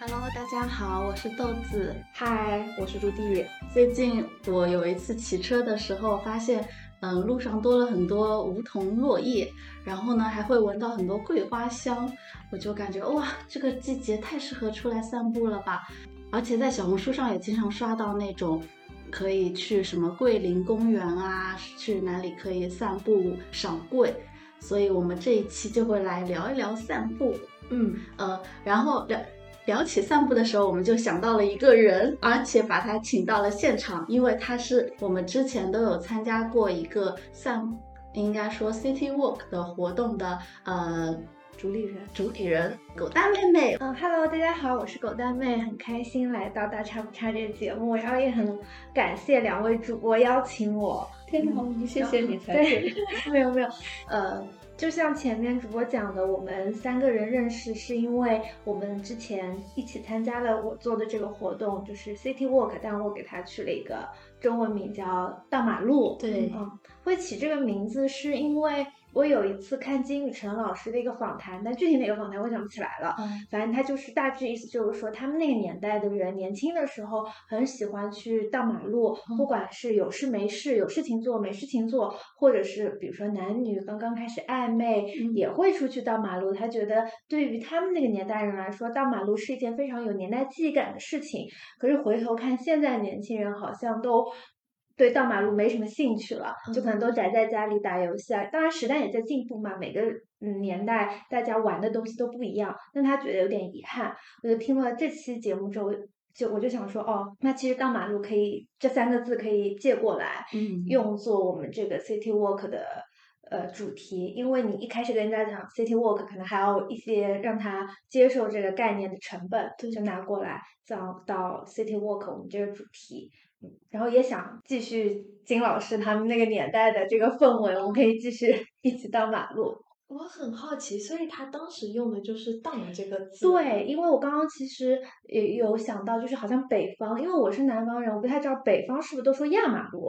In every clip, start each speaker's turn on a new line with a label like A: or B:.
A: Hello，大家好，我是豆子。
B: 嗨，我是朱棣。
A: 最近我有一次骑车的时候，发现，嗯，路上多了很多梧桐落叶，然后呢，还会闻到很多桂花香，我就感觉哇，这个季节太适合出来散步了吧！而且在小红书上也经常刷到那种可以去什么桂林公园啊，去哪里可以散步赏桂，所以我们这一期就会来聊一聊散步。
B: 嗯，
A: 呃，然后聊聊起散步的时候，我们就想到了一个人，而且把他请到了现场，因为他是我们之前都有参加过一个散，应该说 City Walk 的活动的呃
B: 主理人。
A: 主理人狗蛋妹妹。
C: 嗯，Hello，大家好，我是狗蛋妹，很开心来到大差不差这个节目，然后也很感谢两位主播邀请我。嗯
B: 天哪，谢谢你才
C: 对， 没有没有，呃，就像前面主播讲的，我们三个人认识是因为我们之前一起参加了我做的这个活动，就是 City Walk，但我给它取了一个中文名叫大马路。
A: 对
C: 嗯，会起这个名字是因为我有一次看金宇澄老师的一个访谈，但具体哪个访谈我想不起来了。
A: 嗯
C: 反正他就是大致意思就是说，他们那个年代的人年轻的时候很喜欢去荡马路，不管是有事没事、有事情做没事情做，或者是比如说男女刚刚开始暧昧，
A: 嗯
C: 也会出去荡马路。他觉得对于他们那个年代人来说，荡马路是一件非常有年代记忆感的事情。可是回头看现在年轻人好像都。对荡马路没什么兴趣了，就可能都宅在家里打游戏啊。当然，时代也在进步嘛，每个嗯年代大家玩的东西都不一样，那他觉得有点遗憾。我就听了这期节目之后，就我就想说，哦，那其实荡马路可以这三个字可以借过来，
A: 嗯
C: 用作我们这个 City Walk 的呃主题，因为你一开始跟人家讲 City Walk，可能还要一些让他接受这个概念的成本，
A: 对
C: 就拿过来到到 City Walk 我们这个主题，嗯然后也想继续金老师他们那个年代的这个氛围，我们可以继续 一起荡马路。
B: 我很好奇，所以他当时用的就是“荡”这个字。
C: 对，，因为我刚刚其实也有想到，就是好像北方，因为我是南方人，我不太知道北方是不是都说压马路。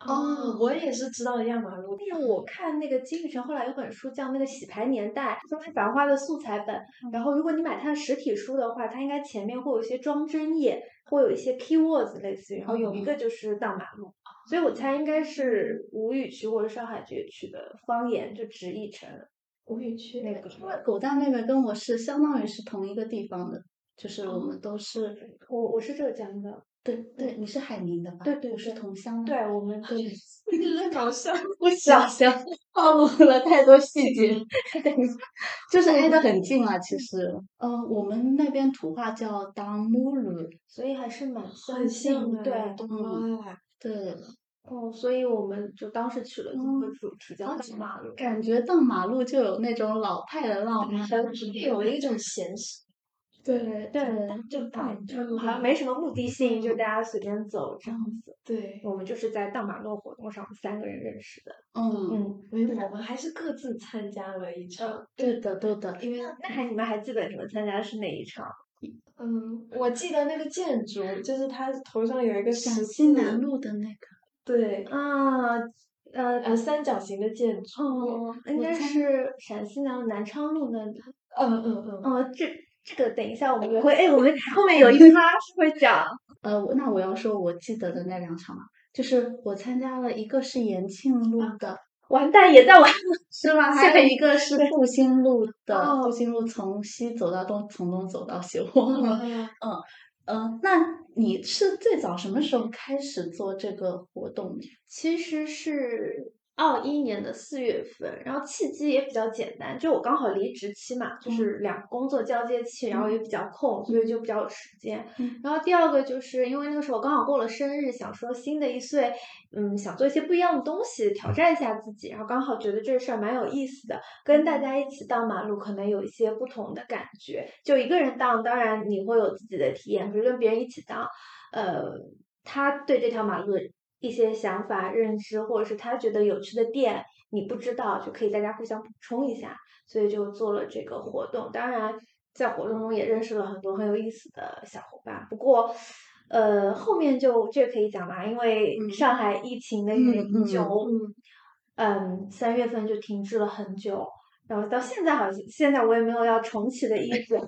B: 哦，我也是知道压马路。
C: 但是我看那个金宇澄后来有本书叫那个《洗牌年代》，就是《繁花》的素材本。然后，如果你买它的实体书的话，它应该前面会有一些装帧页，会有一些 keywords 类似于，然后有一个就是荡马路。所以我猜应该是吴语区或者上海这一区的方言，就直译成
B: 无语区
C: 那个。
A: 狗蛋妹妹跟我是相当于是同一个地方的，就是
C: 哦
A: 我们都是、
C: 我我是浙江的，
A: 对对，你是海宁的吧？
C: 对对
A: 我是
C: 对
A: 同乡的。
C: 对我们
A: 对，
B: 真搞笑。
A: 不 小心暴露了太多细节，就是挨得很近了。其实，嗯、我们那边土话叫当木鲁，
C: 所以还是蛮相
B: 很像
C: 近
B: 哎
C: 的。对，
A: 嗯
B: 哇，
A: 对，
C: 哦，所以我们就当时取了这么
A: 嗯
C: 个主题叫
A: 当
C: 荡马路。
A: 感觉荡马路就有那种老派的浪漫。
B: 嗯有了一种闲适。
C: 对对，就
B: 荡
C: 就好像没什么目的性，就大家随便走这样子。
B: 对，
C: 我们就是在荡马路活动上三个人认识的。
A: 嗯，
C: 嗯，
B: 没有，我们还是各自参加了一场。
A: 对的，对的。
B: 因为
C: 那还你们还记得你们参加的是哪一场？
B: 嗯，我记得那个建筑，就是它头上有一个
A: 陕
B: 十
A: 西
B: 字
A: 南，路的那个，
B: 对，
C: 啊，呃，
B: 呃，三角形的建筑。
C: 哦，应
A: 我
C: 该
A: 参
C: 是陕西南南昌路那里。
B: 嗯嗯嗯。
C: 哦，这这个等一下我们会，哎，我们后面有一趴是会讲。
A: 呃，我那我要说我记得的那两场嘛，就是我参加了一个是延庆路的，
C: 完蛋，也在玩。
A: 是吗？
C: 下
A: 还有
C: 一
A: 一个是复兴路的，复
C: 哦
A: 兴路从西走到东，从东走到西，我忘 了。
B: 嗯
A: 嗯，那你是最早什么时候开始做这个活动的？
C: 其实是二一年的四月份，然后契机也比较简单，就我刚好离职期嘛，就是两个工作交接期，然后也比较空，所以就比较有时间。
A: 嗯
C: 然后第二个就是因为那个时候我刚好过了生日，想说新的一岁，嗯，想做一些不一样的东西，挑战一下自己，然后刚好觉得这事儿蛮有意思的，跟大家一起荡马路可能有一些不同的感觉。就一个人荡，当然你会有自己的体验，可是跟别人一起荡，呃，他对这条马路的一些想法、认知，或者是他觉得有趣的点，你不知道，就可以大家互相补充一下，所以就做了这个活动。当然，在活动中也认识了很多很有意思的小伙伴。不过，呃，后面就这可以讲吧，因为
A: 嗯
C: 上海疫情的原
A: 嗯嗯
C: 因就，
B: 嗯
C: 嗯，三月份就停滞了很久。然后到现在好像现在我也没有要重启的意思，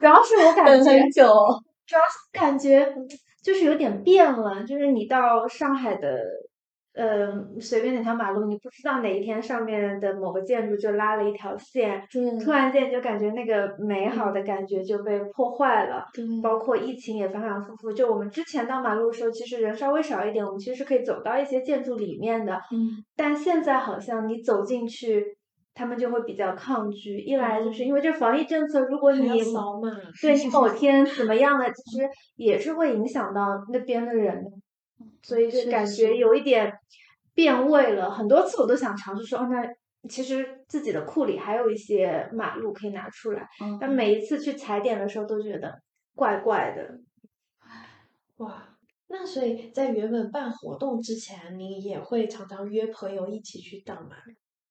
C: 主要是我感
A: 等
C: 觉
A: 很久，
C: 主要是感觉嗯就是有点变了，就是你到上海的，呃，随便哪条马路，你不知道哪一天上面的某个建筑就拉了一条线，
A: 对
C: 突然间就感觉那个美好的感觉就被破坏了。
A: 对
C: 包括疫情也反反复复，就我们之前到马路的时候，其实人稍微少一点，我们其实是可以走到一些建筑里面的，
A: 嗯
C: 但现在好像你走进去。他们就会比较抗拒，一来就是因为这防疫政策，如果
B: 还
C: 你
B: 要扫码，
C: 对 你某天怎么样了，其实也是会影响到那边的人的，所以
A: 确
C: 就感
A: 实
C: 觉有一点变味了。很多次我都想尝试说，哦，那其实自己的库里还有一些马路可以拿出来，
A: 嗯，
C: 但每一次去踩点的时候都觉得怪怪的。
B: 哇，那所以在原本办活动之前，你也会常常约朋友一起去当嘛？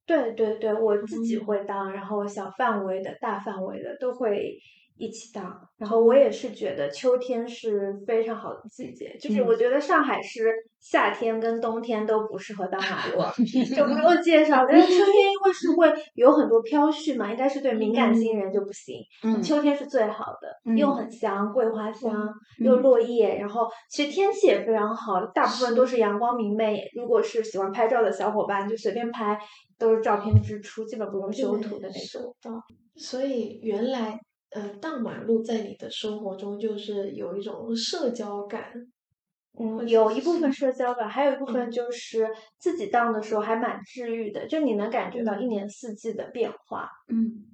C: 对对对，我自己
A: 嗯
C: 会当，然后小范围的、大范围的都会一起当。然后我也是觉得秋天是非常好的季节，就是
A: 嗯
C: 我觉得上海是夏天跟冬天都不适合当 马路，就不用介绍。但是秋天因为是会有很多飘絮嘛，应该是对敏感性人就不行。
A: 嗯
C: 秋天是最好的，又
A: 嗯
C: 很香，桂花香，又
A: 嗯
C: 落叶，然后其实天气也非常好，大部分都是阳光明媚。如果是喜欢拍照的小伙伴，就随便拍，都是照片之出，基本不用修图的那种。
A: 嗯
B: 种。所以原来，呃，荡马路在你的生活中就是有一种社交感。或
C: 嗯，
B: 者
C: 有一部
B: 是
C: 分社交吧，还有一部分
B: 嗯
C: 就是自己荡的时候还蛮治愈的，就你能感觉到一年四季的变化。
A: 嗯，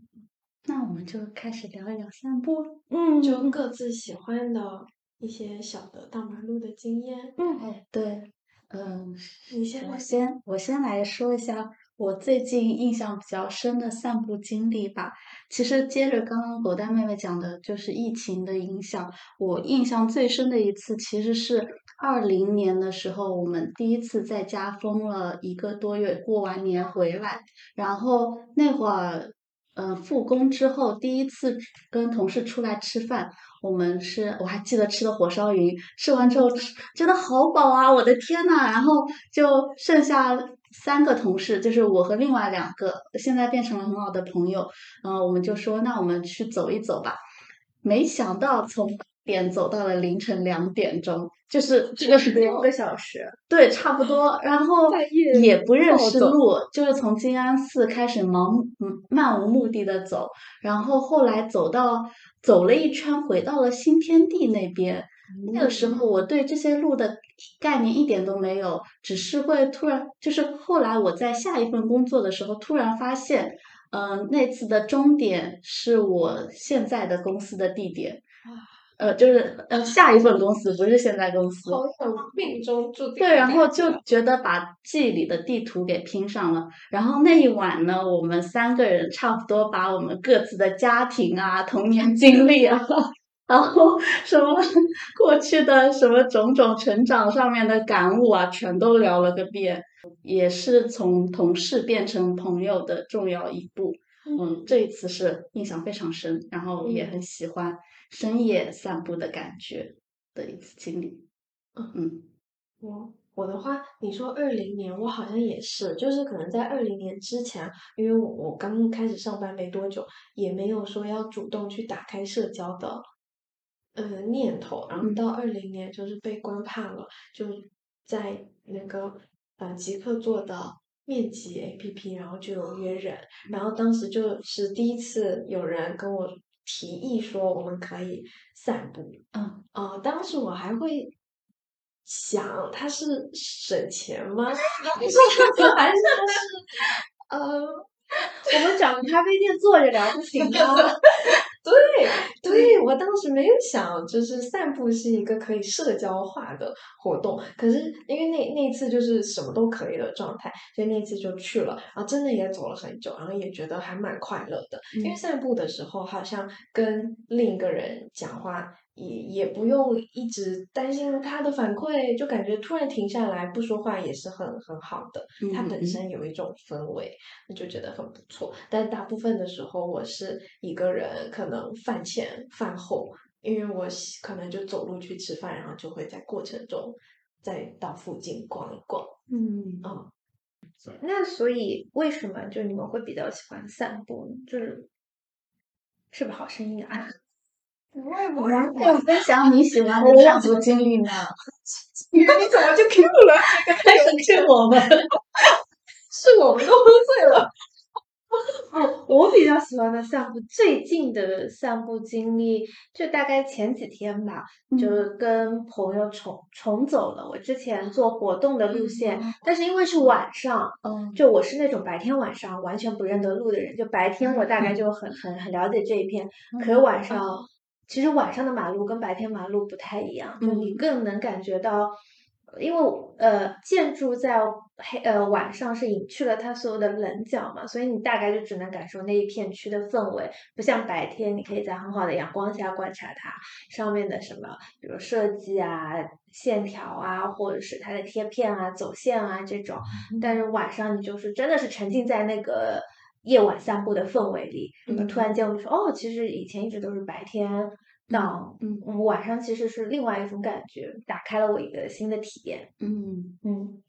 A: 那我们就开始聊一聊散步。
C: 嗯
B: 就各自喜欢的一些小的荡马路的经验。
A: 哦
C: 嗯
A: 对，嗯，
B: 你先
A: 我
B: 来，
A: 先我先来说一下我最近印象比较深的散步经历吧。其实接着刚刚狗蛋妹妹讲的，就是疫情的影响。我印象最深的一次其实是二零年的时候，我们第一次在家封了一个多月，过完年回来，然后那会儿。呃，复工之后第一次跟同事出来吃饭，我们是我还记得吃的火烧云，吃完之后吃真的好饱啊！我的天呐，然后就剩下三个同事，就是我和另外两个，现在变成了很好的朋友。嗯、我们就说那我们去走一走吧。没想到从8点走到了凌晨两点钟，就是这个时间
C: 两个小时，
A: 对，差不多。然后
C: 半夜
A: 也不认识
C: 暴走
A: 路，就是从静安寺开始盲目嗯漫无目的的走，然后后来走到走了一圈，回到了新天地那边。那个时候我对这些路的概念一点都没有，只是会突然，就是后来我在下一份工作的时候，突然发现，嗯、那次的终点是我现在的公司的地点，呃，就是呃下一份公司，不是现在公司。
B: 好想命中注定。
A: 对，然后就觉得把记忆里的地图给拼上了。然后那一晚呢，我们三个人差不多把我们各自的家庭啊、童年经历啊，然后什么过去的什么种种成长上面的感悟啊，全都聊了个遍，也是从同事变成朋友的重要一步。嗯，这一次是印象非常深，然后也
B: 嗯
A: 很喜欢深夜散步的感觉的一次经历。
B: 嗯
A: 嗯。
B: 我我的话，你说二零年，我好像也是，就是可能在二零年之前，因为我我刚开始上班没多久，也没有说要主动去打开社交的呃念头，然后
A: 嗯
B: 到二零年就是被官判了，就在那个呃极客做的。面基 APP，然后就有约人，
A: 哦
B: 然后当时就是第一次有人跟我提议说我们可以散步，
A: 嗯，
B: 呃，当时我还会想，他是省钱吗？ 还是还是他是呃，
C: 我们找个咖啡店坐着聊不行吗？
B: 对对，我当时没有想，就是散步是一个可以社交化的活动，可是因为那那一次就是什么都可以的状态，所以那次就去了，然后真的也走了很久，然后也觉得还蛮快乐的，因为
A: 嗯
B: 散步的时候好像跟另一个人讲话。也也不用一直担心他的反馈，就感觉突然停下来不说话也是很很好的。它
A: 嗯嗯
B: 本身有一种氛围，我就觉得很不错。但大部分的时候，我是一个人，可能饭前饭后，因为我喜可能就走路去吃饭，然后就会在过程中再到附近逛一逛。
A: 嗯
B: 嗯，
C: 那所以为什么就你们会比较喜欢散步呢？就是是不是好声音啊？
B: 不会不
A: 我要跟我分享你喜欢的上足经历呢？
B: 你怎么就 Q 了？
A: 开始骗我们？
B: 是我们都喝醉了。
C: 哦，我比较喜欢的散步，最近的散步经历就大概前几天吧，就是跟朋友重重走了我之前做活动的路线，但是因为是晚上，
A: 嗯，
C: 就我是那种白天晚上完全不认得路的人，就白天我
A: 嗯
C: 大概就很很很了解这一片，可是晚上，其实晚上的马路跟白天马路不太一样，就你
A: 嗯
C: 更能感觉到，因为呃建筑在黑呃晚上是隐去了它所有的棱角嘛，所以你大概就只能感受那一片区的氛围，不像白天你可以在很好的阳光下观察它上面的什么，比如设计啊、线条啊，或者是它的贴片啊、走线啊这种。但是晚上你就是真的是沉浸在那个夜晚散步的氛围里，
B: 嗯
C: 突然间我们说哦，其实以前一直都是白天到，
A: 嗯
C: 我们晚上其实是另外一种感觉，打开了我一个新的体验。
A: 嗯，
C: 嗯，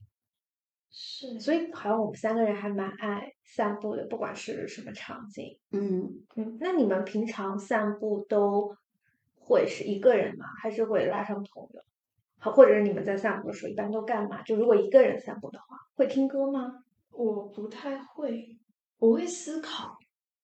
B: 是
C: 所以好像我们三个人还蛮爱散步的，不管是什么场景。
A: 嗯，
C: 嗯，那你们平常散步都会是一个人吗？还是会拉上朋友？好，或者是你们在散步的时候一般都干嘛？就如果一个人散步的话，会听歌吗？
B: 我不太会，我会思考，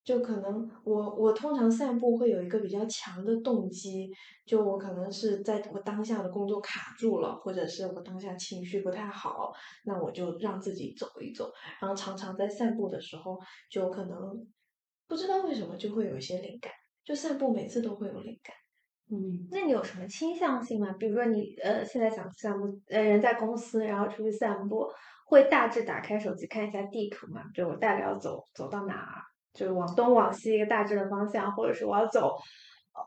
B: 就可能我我通常散步会有一个比较强的动机，就我可能是在我当下的工作卡住了，或者是我当下情绪不太好，那我就让自己走一走，然后常常在散步的时候，就可能不知道为什么就会有一些灵感，就散步每次都会有灵感。
A: 嗯，
C: 那你有什么倾向性吗？比如说你呃现在想散步，呃人在公司，然后出去散步，会大致打开手机看一下地图吗？就我大概要走走到哪儿，就是往东往西一个大致的方向，或者是我要走呃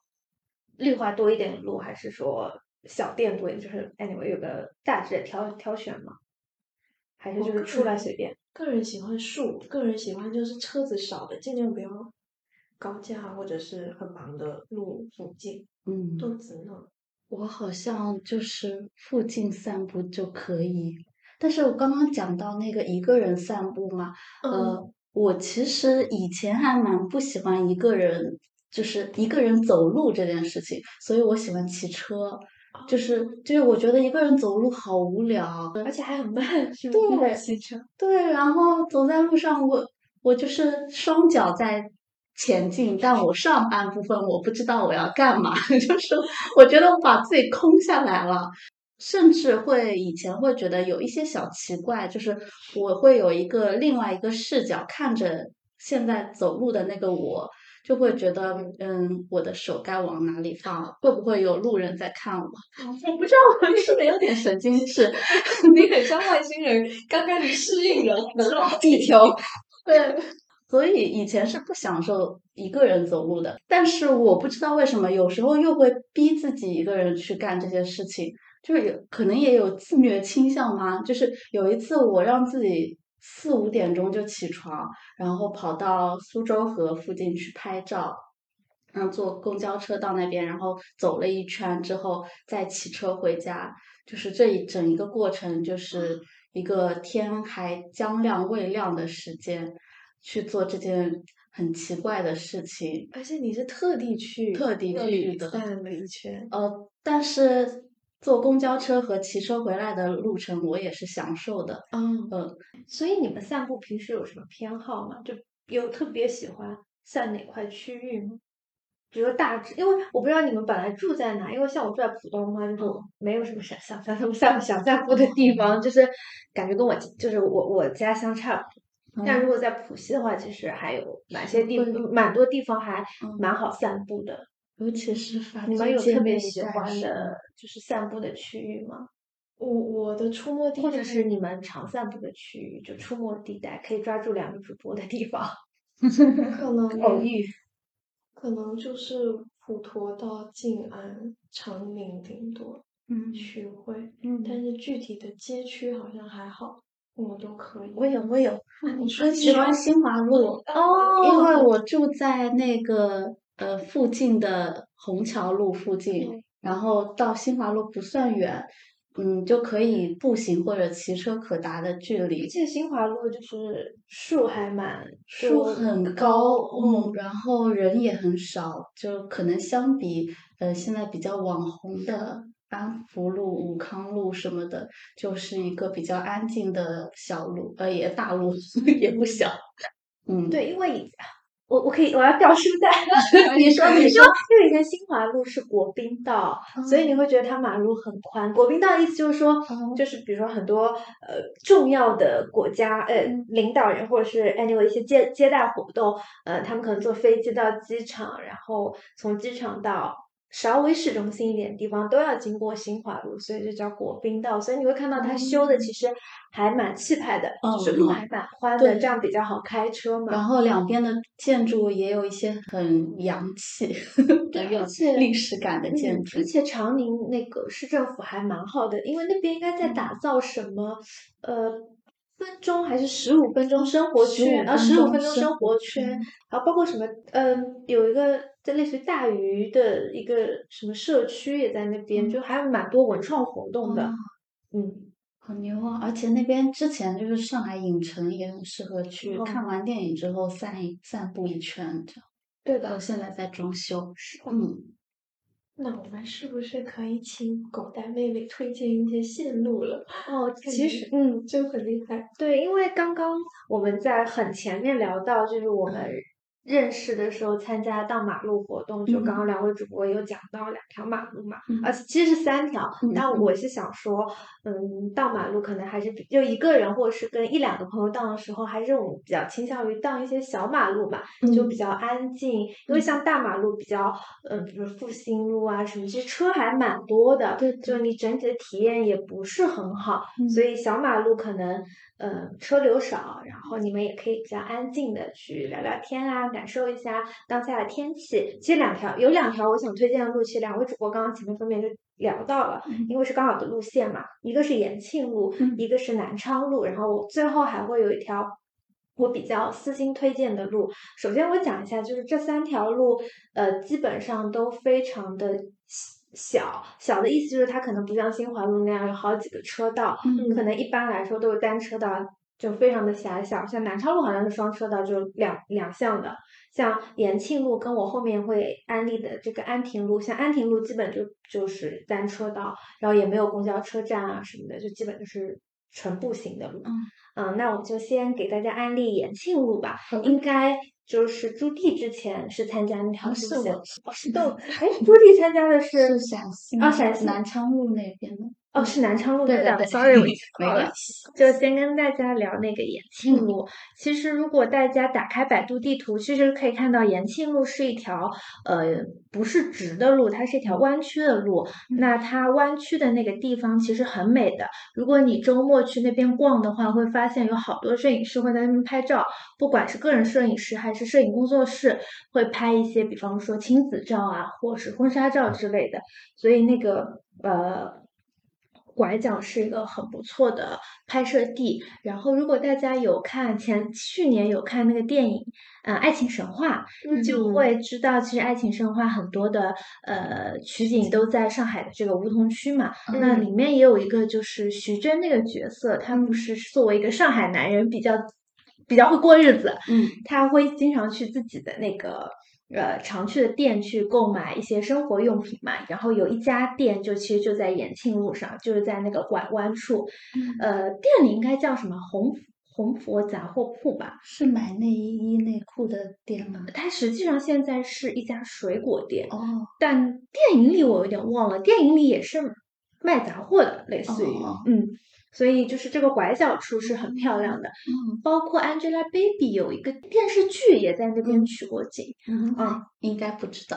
C: 绿化多一点的路，还是说小店多一点？就是 anyway 有个大致的挑挑选吗？还是
B: 我
C: 就是
B: 个
C: 出来
B: 人
C: 随便？
B: 个人喜欢树，个人喜欢就是车子少的，尽量不要高架或者是很忙的路附近。
A: 嗯，
B: 豆子呢？
A: 我好像就是附近散步就可以，但是我刚刚讲到那个一个人散步嘛，呃，我其实以前还蛮不喜欢一个人，就是一个人走路这件事情，所以我喜欢骑车，就是就是哦我觉得一个人走路好无聊，
C: 而且还很慢，是
A: 对
C: 不是？骑车。
A: 对，然后走在路上我，我就是双脚在前进，但我上半部分我不知道我要干嘛， 就是我觉得我把自己空下来了，甚至会以前会觉得有一些小奇怪，就是我会有一个另外一个视角看着现在走路的那个我。就会觉得，嗯，我的手该往哪里放？会不会有路人在看我？我不知道，是不是有点神经质？
B: 你很像外星人，刚开始适应人了。
A: 地球。对，所以以前是不享受一个人走路的，但是我不知道为什么，有时候又会逼自己一个人去干这些事情，就是有可能也有自虐倾向嘛。就是有一次，我让自己四五点钟就起床，然后跑到苏州河附近去拍照。然后坐公交车到那边，然后走了一圈之后，再骑车回家。就是这一整一个过程，就是一个天还将亮未亮的时间去做这件很奇怪的事情。
B: 而且你是特地去
A: 特地
B: 那
A: 去
B: 里
A: 的
B: 散了一圈，
A: 呃，但是坐公交车和骑车回来的路程，我也是享受的。
B: 嗯，
A: 呃，
C: 所以你们散步平时有什么偏好吗？就有特别喜欢散哪块区域吗？比如大致，因为我不知道你们本来住在哪，因为像我住在浦东嘛，就是
A: 嗯
C: 我没有什么想想散步、散想散步的地方，就是感觉跟我就是我我家乡差不多。但如果在浦西的话，其实还有蛮些地
A: 哦会
C: 蛮多地方还
A: 嗯
C: 蛮好散步的。
A: 尤其是法
C: 你
A: 租
C: 们有
A: 界
C: 特别
A: 那一
C: 喜
A: 带
C: 欢
A: 是
C: 的，就是散步的区域吗？
B: 我我的出没地
C: 或者
B: 带
C: 是你们常散步的区域，就出没地带，可以抓住两个主播的地方，
B: 可能
A: 哦
C: 偶遇。
B: 可能就是普陀到静安、长宁顶多
A: 嗯
B: 徐汇，
A: 嗯
B: 但是具体的街区好像还好，我都可以。
A: 我有我有，
B: 你
A: 我
B: 说
A: 喜欢新华路。
C: 哦
A: 因为我住在那个呃附近的虹桥路附近，然后到新华路不算远，嗯，就可以步行或者骑车可达的距
C: 而
A: 离，
C: 且新华路就是树还蛮
A: 树
C: 多
A: 很
C: 高
A: 高，嗯，然后人也很少，就可能相比呃现在比较网红的安福路、武康路什么的，就是一个比较安静的小路，呃，也大路 也不小，嗯，，，
C: 对，因为以前我我可以我要掉书袋你
A: 你
C: 说
A: 说
C: 你
A: 你
C: 说
A: 说，嗯
C: 因为以前新华路是国宾道，所以你会觉得它马路很宽。国宾道意思就是说，
A: 哦
C: 就是比如说很多呃重要的国家呃
A: 嗯
C: 领导人或者是 anyway 一些接接待活动，呃他们可能坐飞机到机场，然后从机场到。稍微市中心一点的地方都要经过新华路，所以就叫国宾道。所以你会看到它修
A: 哦
C: 的其实还蛮气派的，就是
A: 嗯嗯
C: 路还蛮宽的，
A: 对
C: 这样比较好开车嘛。
A: 然后两边的建筑也有一些很洋气、
C: 对
A: 很有
C: 而且
A: 历史感的建
C: 嗯
A: 筑
C: 而。且长宁那个市政府还蛮好的，因为那边应该在
A: 嗯
C: 打造什么，呃，分钟还是十五分钟生活
A: 15
C: 圈，然后
A: 分
C: 十五
A: 钟
C: 分钟
A: 生
C: 生活
A: 活
C: 圈
A: 圈，
C: 然后包括什么，呃，有一个在类似于大鱼的一个什么社区也在那边，
A: 嗯
C: 就还有蛮多文创活动的
A: 哦，
C: 嗯，
A: 好牛啊！而且那边之前就是上海影城也很适合去，
C: 哦
A: 看完电影之后散一散步一圈，这样。
C: 对
A: 到
C: 的，
A: 现在在装修，
C: 是的。
A: 嗯，
B: 那我们是不是可以请狗蛋妹妹推荐一些线路了？
C: 哦，其
B: 感
C: 实
B: 觉
C: 嗯，
B: 就很厉害。
C: 对，因为刚刚我们在很前面聊到，就是我们认识的时候参加荡马路活动，就刚
A: 嗯
C: 刚两位主播有讲到两条马路嘛，
A: 嗯
C: 而且其实是三条，
A: 嗯
C: 但
A: 嗯
C: 我是想说，嗯，荡马路可能还是比就一个人或者是跟一两个朋友荡的时候，还是我们比较倾向于荡一些小马路嘛，就
A: 嗯
C: 比较安静，因
A: 嗯
C: 为像大马路比较，嗯，比如复兴路啊什么，其实车还蛮多的，
A: 对
C: 就你整体的体验也不是很好，
A: 嗯
C: 所以小马路可能，呃，车流少，然后你们也可以比较安静的去聊聊天啊，感受一下当下的天气。其实两条有两条我想推荐的路，其实两位主播刚刚前面分别就聊到了，
A: 嗯
C: 因为是刚好的路线嘛，一个是延庆路，
A: 嗯
C: 一个是南昌路，然后我最后还会有一条我比较私心推荐的路。首先我讲一下，就是这三条路，呃，基本上都非常的小，小的意思就是它可能不像新华路那样有好几个车道，
A: 嗯
C: 可能一般来说都是单车道，就非常的狭小。像南昌路好像是双车道，就两两项的。像延庆路跟我后面会安利的这个安亭路，像安亭路基本就就是单车道，然后也没有公交车站啊什么的，就基本就是纯步行的路。
A: 嗯
C: 嗯，那我们就先给大家安利延庆路吧，
A: 好的
C: 应该就是朱棣之前是参加那条路
A: 哦是
C: 线，
A: 我
C: 哦是豆，哎，朱棣参加的是
A: 是陕西
C: 啊陕西
A: 南昌路那边的，
C: 哦是南昌路
A: 对
C: 的
A: 对对
C: sorry 我记
A: 没
C: 错了
A: 关系，
C: 就先跟大家聊那个延庆路。其实，如果大家打开百度地图，其实可以看到延庆路是一条呃不是直的路，它是一条弯曲的路。
A: 嗯
C: 那它弯曲的那个地方其实很美的。如果你周末去那边逛的话，会发现有好多摄影师会在那边拍照，不管是个人摄影师还是摄影工作室，会拍一些比方说亲子照啊，或是婚纱照之类的。所以那个呃。拐角是一个很不错的拍摄地，然后如果大家有看前去年有看那个电影，呃，《爱情神话》，就
B: 嗯
C: 会知道其实《爱情神话》很多的呃取景都在上海的这个梧桐区嘛，
A: 嗯
C: 那里面也有一个就是徐峥那个角色，他不是作为一个上海男人比较比较会过日子，
A: 嗯
C: 他会经常去自己的那个呃常去的店去购买一些生活用品嘛。然后有一家店就其实就在延庆路上，就是在那个拐弯处，
A: 嗯，
C: 呃，店里应该叫什么红红佛杂货铺吧？
A: 是买内衣内裤的店吗？
C: 它实际上现在是一家水果店，
A: 哦，
C: 但电影里我有点忘了，电影里也是卖杂货的，类似于、
A: 哦
C: 嗯，所以就是这个拐角处是很漂亮的，
A: 嗯
C: 包括 Angelababy 有一个电视剧也在那边取过景。
A: 嗯
C: 啊
A: 应该不知道，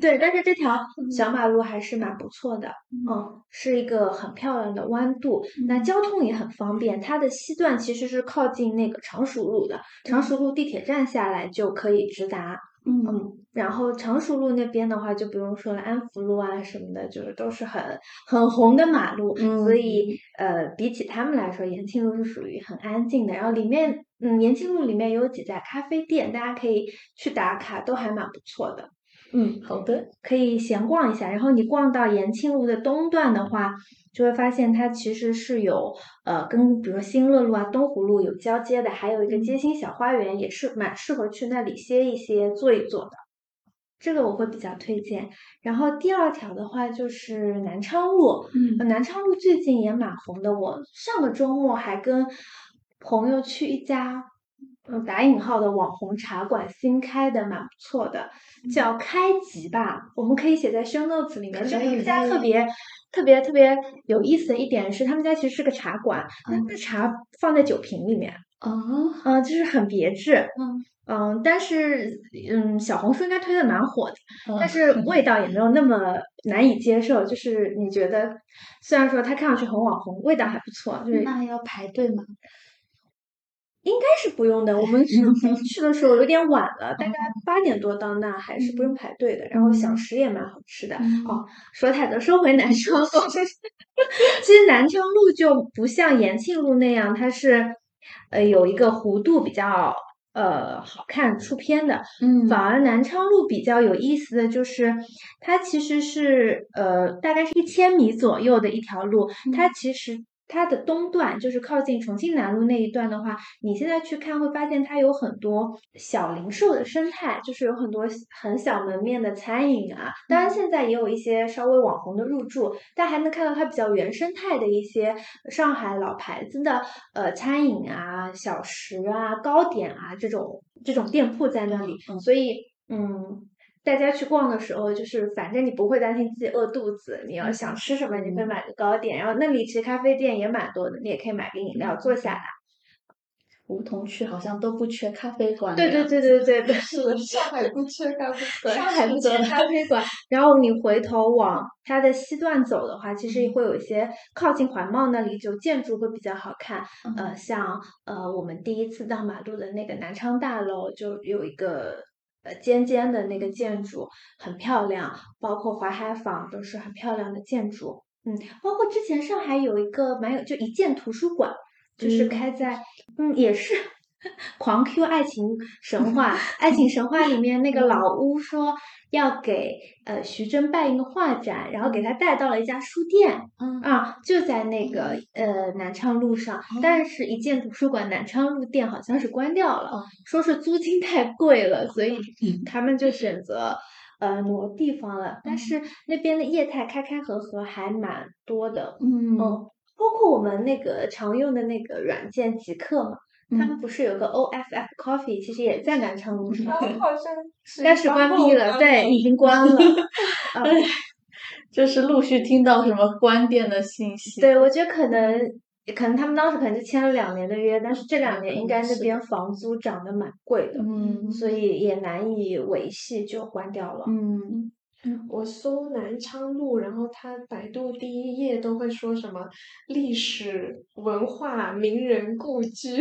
C: 对，但是这条
A: 嗯
C: 小马路还是蛮不错的，嗯，是一个很漂亮的弯度，
A: 嗯
C: 那交通也很方便。它的西段其实是靠近那个常熟路的，常熟路地铁站下来就可以直达，
A: 嗯
C: 嗯，然后常熟路那边的话就不用说了，安福路啊什么的，就是都是很很红的马路，所
A: 嗯
C: 以呃，比起他们来说，延庆路是属于很安静的。然后里面，嗯，延庆路里面有几家咖啡店，大家可以去打卡，都还蛮不错的。嗯，
B: 好的，
C: 可以闲逛一下。然后你逛到延庆路的东段的话，就会发现它其实是有呃跟比如说新乐路啊、东湖路有交接的，还有一个街心小花园，也是蛮适合去那里歇一歇、坐一坐的。这个我会比较推荐。然后第二条的话就是南昌路，呃
A: 嗯
C: 南昌路最近也蛮红的。我上个周末还跟朋友去一家。呃打引号的网红茶馆新开的，蛮不错的，叫开吉吧，我们可以写在 show notes 里面。就
B: 嗯
C: 他
B: 可以
C: 们家
B: 可
C: 特
B: 以
C: 别特别特别有意思的一点是，他们家其实是个茶馆，但
A: 嗯
C: 是茶放在酒瓶里面，
A: 哦，
C: 嗯、就是很别致，
A: 嗯
C: 嗯、但是嗯，小红书应该推的蛮火的，但
A: 嗯
C: 是味道也没有那么难以接受，就是你觉得虽然说它看上去很网红，味道还不错，就是应
A: 嗯那要排队吗？
C: 该是不用的。我 们是去的时候有点晚了，
A: 嗯
C: 大概八点多到那，还是不用排队的。然后小食也蛮好吃的，
A: 嗯
C: 哦，说太多，说回 南昌路。 其实南昌路就不像延庆路那样，它是呃有一个弧度比较呃好看出片的，
A: 嗯
C: 反而南昌路比较有意思的就是，它其实是呃大概是一千米左右的一条路，它其实。它的东段就是靠近重庆南路那一段的话，你现在去看会发现它有很多小零售的生态，就是有很多很小门面的餐饮啊，当然现在也有一些稍微网红的入驻，但还能看到它比较原生态的一些上海老牌子的呃餐饮啊、小食啊、糕点啊这种这种店铺在那里，
A: 嗯嗯
C: 所以嗯。大家去逛的时候，就是反正你不会担心自己饿肚子，你要想吃什么，你可以
A: 嗯
C: 买个糕点。然后那里其实咖啡店也蛮多的，你也可以买个饮料坐下来。
A: 梧桐区好像都不缺咖啡馆。
C: 对对。对对对对，
B: 是的，上海不缺咖啡馆，
C: 上海不
B: 是
C: 缺
B: 的
C: 咖啡馆，然后你回头往它的西段走的话，其实
A: 嗯
C: 会有一些靠近环贸那里，就建筑会比较好看。
A: 嗯
C: 呃，像呃我们第一次到马路的那个南昌大楼，就有一个呃尖尖的那个建筑，很漂亮，包括淮海坊都是很漂亮的建筑。嗯，包括之前上海有一个蛮有就一建图书馆，就是
A: 嗯
C: 开在嗯也是狂 Q 爱情神 话，爱情神话里面那个老屋说要给呃徐峥办一个画展，然后给他带到了一家书店
A: 嗯
C: 啊，就在那个呃南昌路上，但是一建图书馆南昌路店好像是关掉了，
A: 哦
C: 说是租金太贵了，所以他们就选择。呃，挪地方了，但
A: 嗯
C: 是那边的业态开开合合还蛮多的，
A: 嗯
C: 嗯，包括我们那个常用的那个软件极客嘛，他们不是有个 OFF Coffee，其实也在南昌路上，
B: 好像
C: 但是关闭了，对，已经 关了。啊，
A: 哎就是陆续听到什么关店的信息。
C: 对，我觉得可能可能他们当时可能就签了两年的约，但是这两年应该那
B: 是
C: 边房租涨得蛮贵的，
A: 嗯
C: 所以也难以维系，就关掉了。
A: 嗯
B: 我搜南昌路，然后它百度第一页都会说什么历史文化名人故居，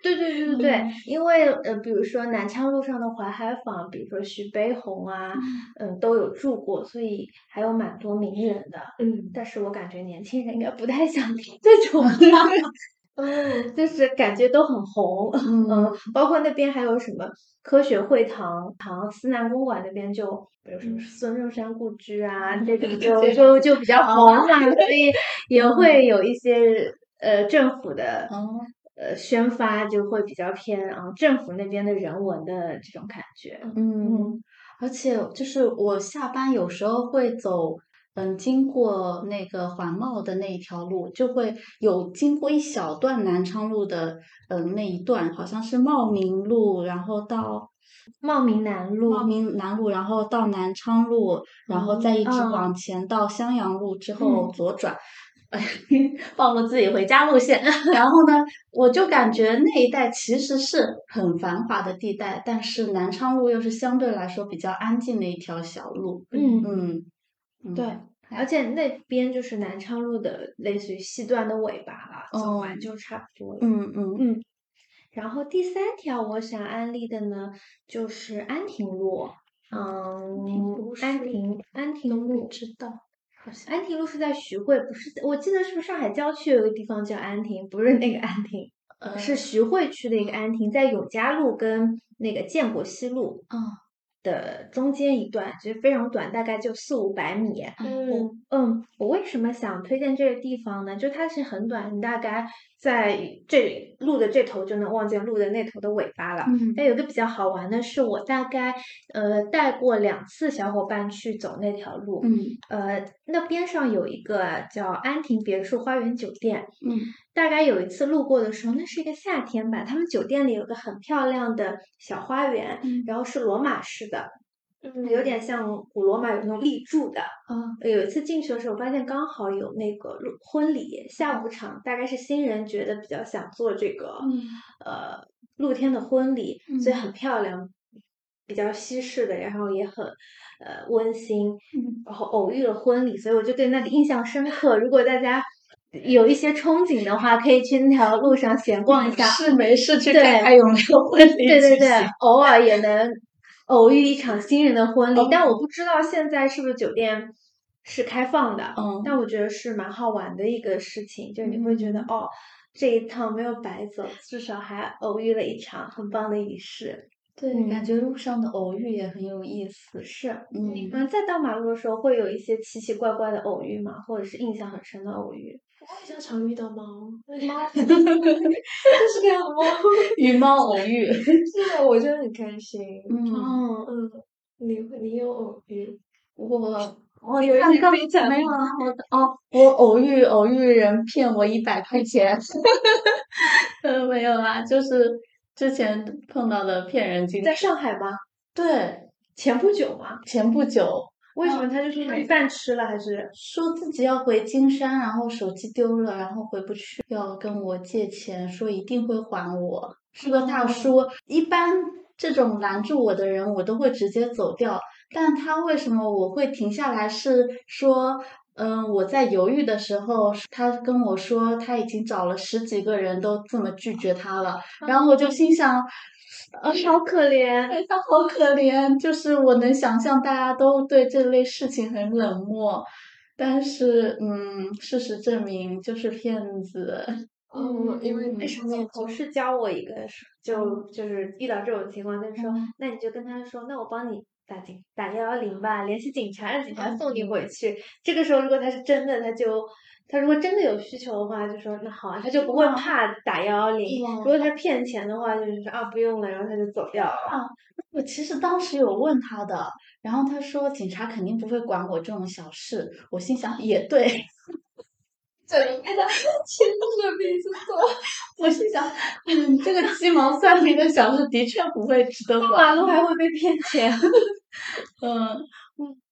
C: 对对对对对，因为呃，比如说南昌路上的淮海坊，比如说徐悲鸿啊，嗯，都有住过，所以还有蛮多名人的。
B: 嗯，
C: 但是我感觉年轻人应该不太想听这种话，
B: 哦，
C: 就是感觉都很红。嗯，包括那边还有什么科学会堂、堂思南公馆那边就，比如什么
B: 嗯
C: 孙中山故居啊，这种
B: 这
C: 就
B: 样
C: 就就比较红嘛，所以也会有一些呃政府的
A: 哦
C: 呃宣发就会比较偏啊政府那边的人文的这种感觉。
A: 嗯，而且就是我下班有时候会走，嗯，经过那个环贸的那一条路，就会有经过一小段南昌路的，嗯，那一段好像是茂名路，然后到
C: 茂名南路，
A: 茂名南路，然后到南昌路，然
B: 哦
A: 后再一直
C: 嗯
A: 往前到襄阳路之后
C: 嗯
A: 左转。哎， 暴露自己回家路 线。然后呢，我就感觉那一带其实是很繁华的地带，但是南昌路又是相对来说比较安静的一条小路。
C: 嗯
A: 嗯，嗯
C: 对，而且那边就是南昌路的类似于西段的尾巴了，走完
A: 哦
C: 就差不多了。
A: 嗯嗯
C: 然后第三条我想安利的呢，就是安亭路。嗯
B: 路，
C: 安
B: 是
C: 亭安亭
B: 都
C: 路
B: 不，知道，好像
C: 安亭路是在徐汇，不是在我记得是不是上海郊区有一个地方叫安亭，不是那个安 亭，
A: 呃
B: 嗯
C: 是徐汇区的一个安亭，在永嘉路跟那个建国西路。
A: 啊
C: 的中间一段，就是非常短，大概就四五百米。我
B: 嗯
C: 嗯，我为什么想推荐这个地方呢？就它是很短，你大概在这路的这头就能望见路的那头的尾巴了。
A: 嗯
C: 但有一个比较好玩的是，我大概呃带过两次小伙伴去走那条路，
A: 嗯
C: 呃，那边上有一个啊叫安亭别墅花园酒店，
A: 嗯
C: 大概有一次路过的时候，那是一个夏天吧，他们酒店里有个很漂亮的小花园，
A: 嗯
C: 然后是罗马式的，
B: 嗯
C: 有点像古罗马有那种立柱的。
A: 啊
C: 有一次进去的时候，发现刚好有那个路婚礼下午场，大概是新人觉得比较想做这个、
A: 嗯
C: 呃露天的婚礼，所
A: 嗯
C: 以很漂亮，比较西式的，然后也很呃温馨。
A: 嗯
C: 然后偶遇了婚礼，所以我就对那里印象深刻。如果大家有一些憧憬的话，可以去那条路上闲逛一下，
B: 事没事去
C: 对
B: 看看有没有婚礼
C: 对对
B: 举
C: 对
B: 行，
C: 偶尔也能偶遇一场新人的婚礼
B: 哦。
C: 但我不知道现在是不是酒店是开放的，
A: 嗯
C: 但我觉得是蛮好玩的一个事情，就你会觉得、哦，这一趟没有白走，至少还偶遇了一场很棒的仪式。
B: 嗯
A: 对，感觉路上的偶遇也很有意思。
C: 是，
A: 嗯
C: 嗯，再到马路的时候会有一些奇奇怪怪的偶遇吗？或者是印象很深的偶遇？
B: 我比较常遇到猫，猫就是这样猫，
A: 与猫偶遇，
B: 是的，我觉得很开心。
A: 嗯，
C: 哦，
B: 嗯，你会你有偶遇？
A: 我
B: 我有
A: 刚
B: 一
A: 刚
B: 点非常
A: 哦没有啊， 我的哦，我偶遇偶遇人骗我一百块钱， 呃，没有啦，就是之前碰到的骗人经
C: 在
A: 历，
C: 上海吗？
A: 对，
C: 前不久嘛，
A: 前不久
C: 为什
A: 哦
C: 么他就是
B: 对
C: 没饭吃了，还是
A: 说自己要回金山，然后手机丢了，然后回不去，要跟我借钱，说一定会还我。是个大
B: 哦
A: 叔，一般这种拦住我的人，我都会直接走掉。但他为什么我会停下来？是说，嗯，我在犹豫的时候，他跟我说他已经找了十几个人都这么拒绝他了，然后我就心想，呃，
C: 哦好可怜？
A: 哎，他好可怜，就是我能想象大家都对这类事情很冷漠，但是嗯，事实证明就是骗子。
B: 嗯，因为
C: 那
B: 你
C: 时候
B: 面
C: 同事教我一个是，就就是遇到这种情况，他就说，
A: 嗯
C: 那你就跟他说，那我帮你打警打幺幺零吧，联系警察，让警察送你回去。这个时候，如果他是真的，他就他如果真的有需求的话，就说那好啊，他就不会
A: 哇
C: 怕打幺幺零。
A: 哇
C: 如果他是骗钱的话，就是说啊不用了，然后他就走掉了。
A: 我其实当时有问他的，然后他说警察肯定不会管我这种小事，我心想也对，
B: 整个的 前任名字做，
A: 我心想，嗯，这个鸡毛蒜皮的小事的确不会值得
C: 过
A: 管。
C: 马路还会被骗钱。
A: 嗯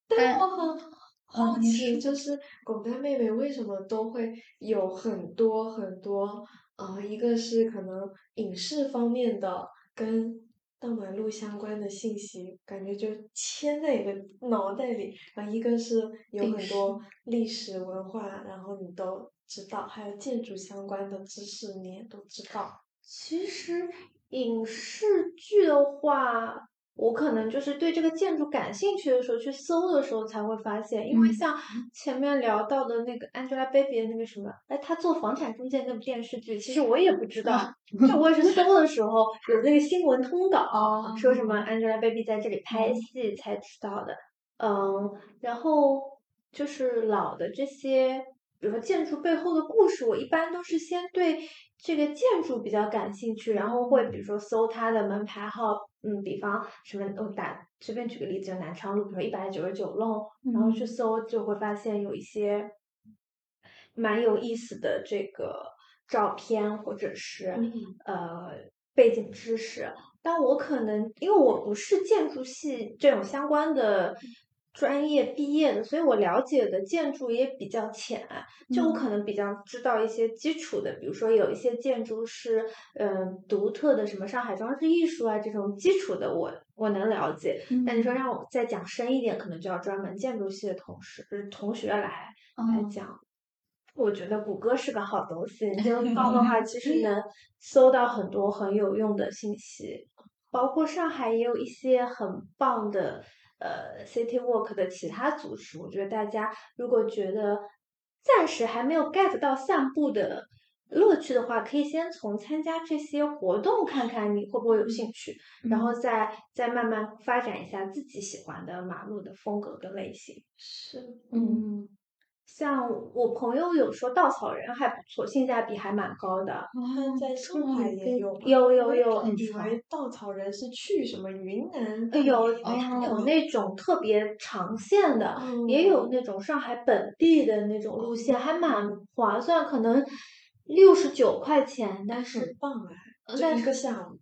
B: 但
A: 但哦
B: 我很好
A: 嗯你
B: 奇，啊就是狗蛋妹妹为什么都会有很多很多，呃，一个是可能影视方面的跟。大马路相关的信息，感觉就嵌在你的脑袋里。然后一个是有
A: 历
B: 很多历史文化，然后你都知道，还有建筑相关的知识你也都知道。
C: 其实影视剧的话，我可能就是对这个建筑感兴趣的时候去搜的时候才会发现，因为
A: 嗯
C: 像前面聊到的那个 Angelababy 的那个什么，哎，她做房产中介那部电视剧，其实我也不知道，
A: 嗯
C: 就我也是搜的时候有那个新闻通稿，
A: 哦
C: 说什么 Angelababy 在这里拍戏才知道的。嗯，然后就是老的这些，比如说建筑背后的故事，我一般都是先对这个建筑比较感兴趣，然后会比如说搜它的门牌号，嗯，比方什么，我打随便举个例子，就南昌路，比如一百九十九弄，然后去搜就会发现有一些蛮有意思的这个照片或者是
B: 嗯
C: 呃背景知识，但我可能因为我不是建筑系这种相关的专业毕业的，所以我了解的建筑也比较浅。就我
A: 嗯
C: 可能比较知道一些基础的，比如说有一些建筑是嗯、呃独特的什么上海装饰艺术啊这种基础的我，我能了解。
A: 嗯
C: 但你说让我再讲深一点，可能就要专门建筑系的同事就是同学来来
A: 嗯
C: 哎讲。我觉得谷歌是个好东西，你这样报的话，其实能搜到很多很有用的信息，包括上海也有一些很棒的呃 City Walk 的其他组织。我觉得大家如果觉得暂时还没有 get 到散步的乐趣的话，可以先从参加这些活动看看你会不会有兴趣，然后再再慢慢发展一下自己喜欢的马路的风格跟类型。
B: 是，
C: 嗯，像我朋友有说稻草人还不错，性价比还蛮高的。
B: 他在上海也有吧，哎
C: 有有
B: 我
C: 有
B: 一直以
A: 嗯
B: 为稻草人是去什么云
C: 呃
B: 南干嘛的，
C: 有有
B: 哦
C: 那种特别长线的，
B: 嗯
C: 也有那种上海本地的那种路线，还蛮划算，可能六十九块钱，但是
B: 很棒哎，
C: 呃
B: 就
C: 但
B: 一
C: 是
B: 个下午，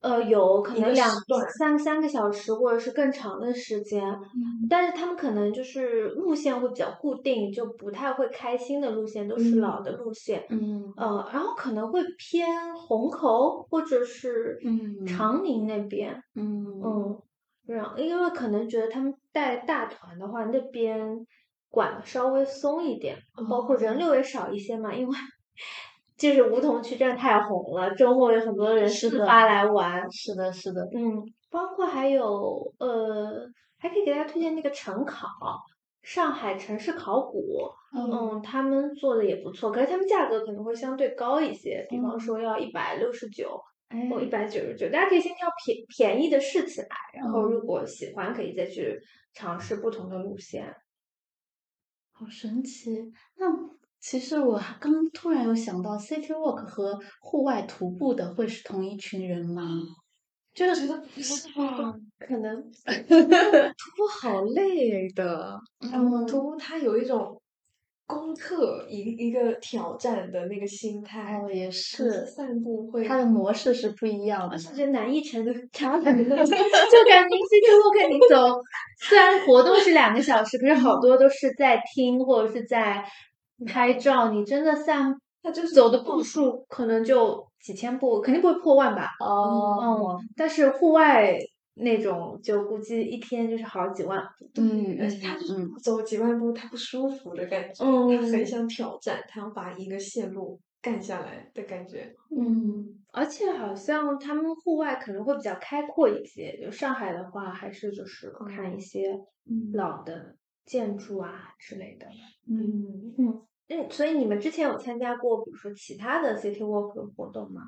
C: 呃有可
B: 一
C: 能
B: 个
C: 两
B: 时段
C: 三三个小时或者是更长的时间，但是他们可能就是路线会比较固定，就不太会开新的路线，都是
B: 嗯
C: 老的路线。
A: 嗯
C: 呃，然后可能会偏虹口或者是
A: 嗯
C: 长宁那边，
A: 嗯
C: 嗯，然后因为可能觉得他们带大团的话，那边管的稍微松一点，包括人
A: 哦
C: 流也少一些嘛，因为就是梧桐区真的太红了，周末有很多人
A: 是
C: 自
A: 的
C: 发来玩，
A: 是的是的
C: 嗯，包括还有呃，还可以给大家推荐那个晨考，上海城市考古，嗯，他们做的也不错，可是他们价格可能会相对高一些，比方
A: 嗯
C: 说要一百六十九哦
A: 哎
C: 或一百九十九，大家可以先挑便便宜的试起来，然后如
A: 嗯
C: 果喜欢可以再去尝试不同的路线。
A: 好神奇！那其实我还刚突然有想到，City Walk 和户外徒步的会是同一群人吗？
B: 就觉得不是吧？
C: 哦可能
B: 徒步好累的，
A: 哎
C: 嗯
B: 徒步它有一种攻克一一个挑战的那个心态，
A: 哦，也
B: 可是
A: 是，
B: 散步会
A: 它的模式是不一样的。
C: 这难易程度差 很多，就感觉 City Walk 你走，虽然活动是两个小时，可是好多都是在听或者是在拍照，你真的散
B: 它就是
C: 走的步数可能就几千步，肯定不会破万吧。
A: 哦，
C: 嗯，但是户外那种就估计一天就是好几万。
A: 嗯
B: 而且他就是
A: 嗯
B: 不走几万步，他不舒服的感觉，他
C: 嗯
B: 很想挑战，他要把一个线路干下来的感觉。
C: 嗯，而且好像他们户外可能会比较开阔一些，就上海的话还是就是看一些
A: 嗯
C: 老的建筑啊之类的。
A: 嗯，
B: 嗯，
C: 嗯嗯，所以你们之前有参加过，比如说其他的 City Walk 的活动吗？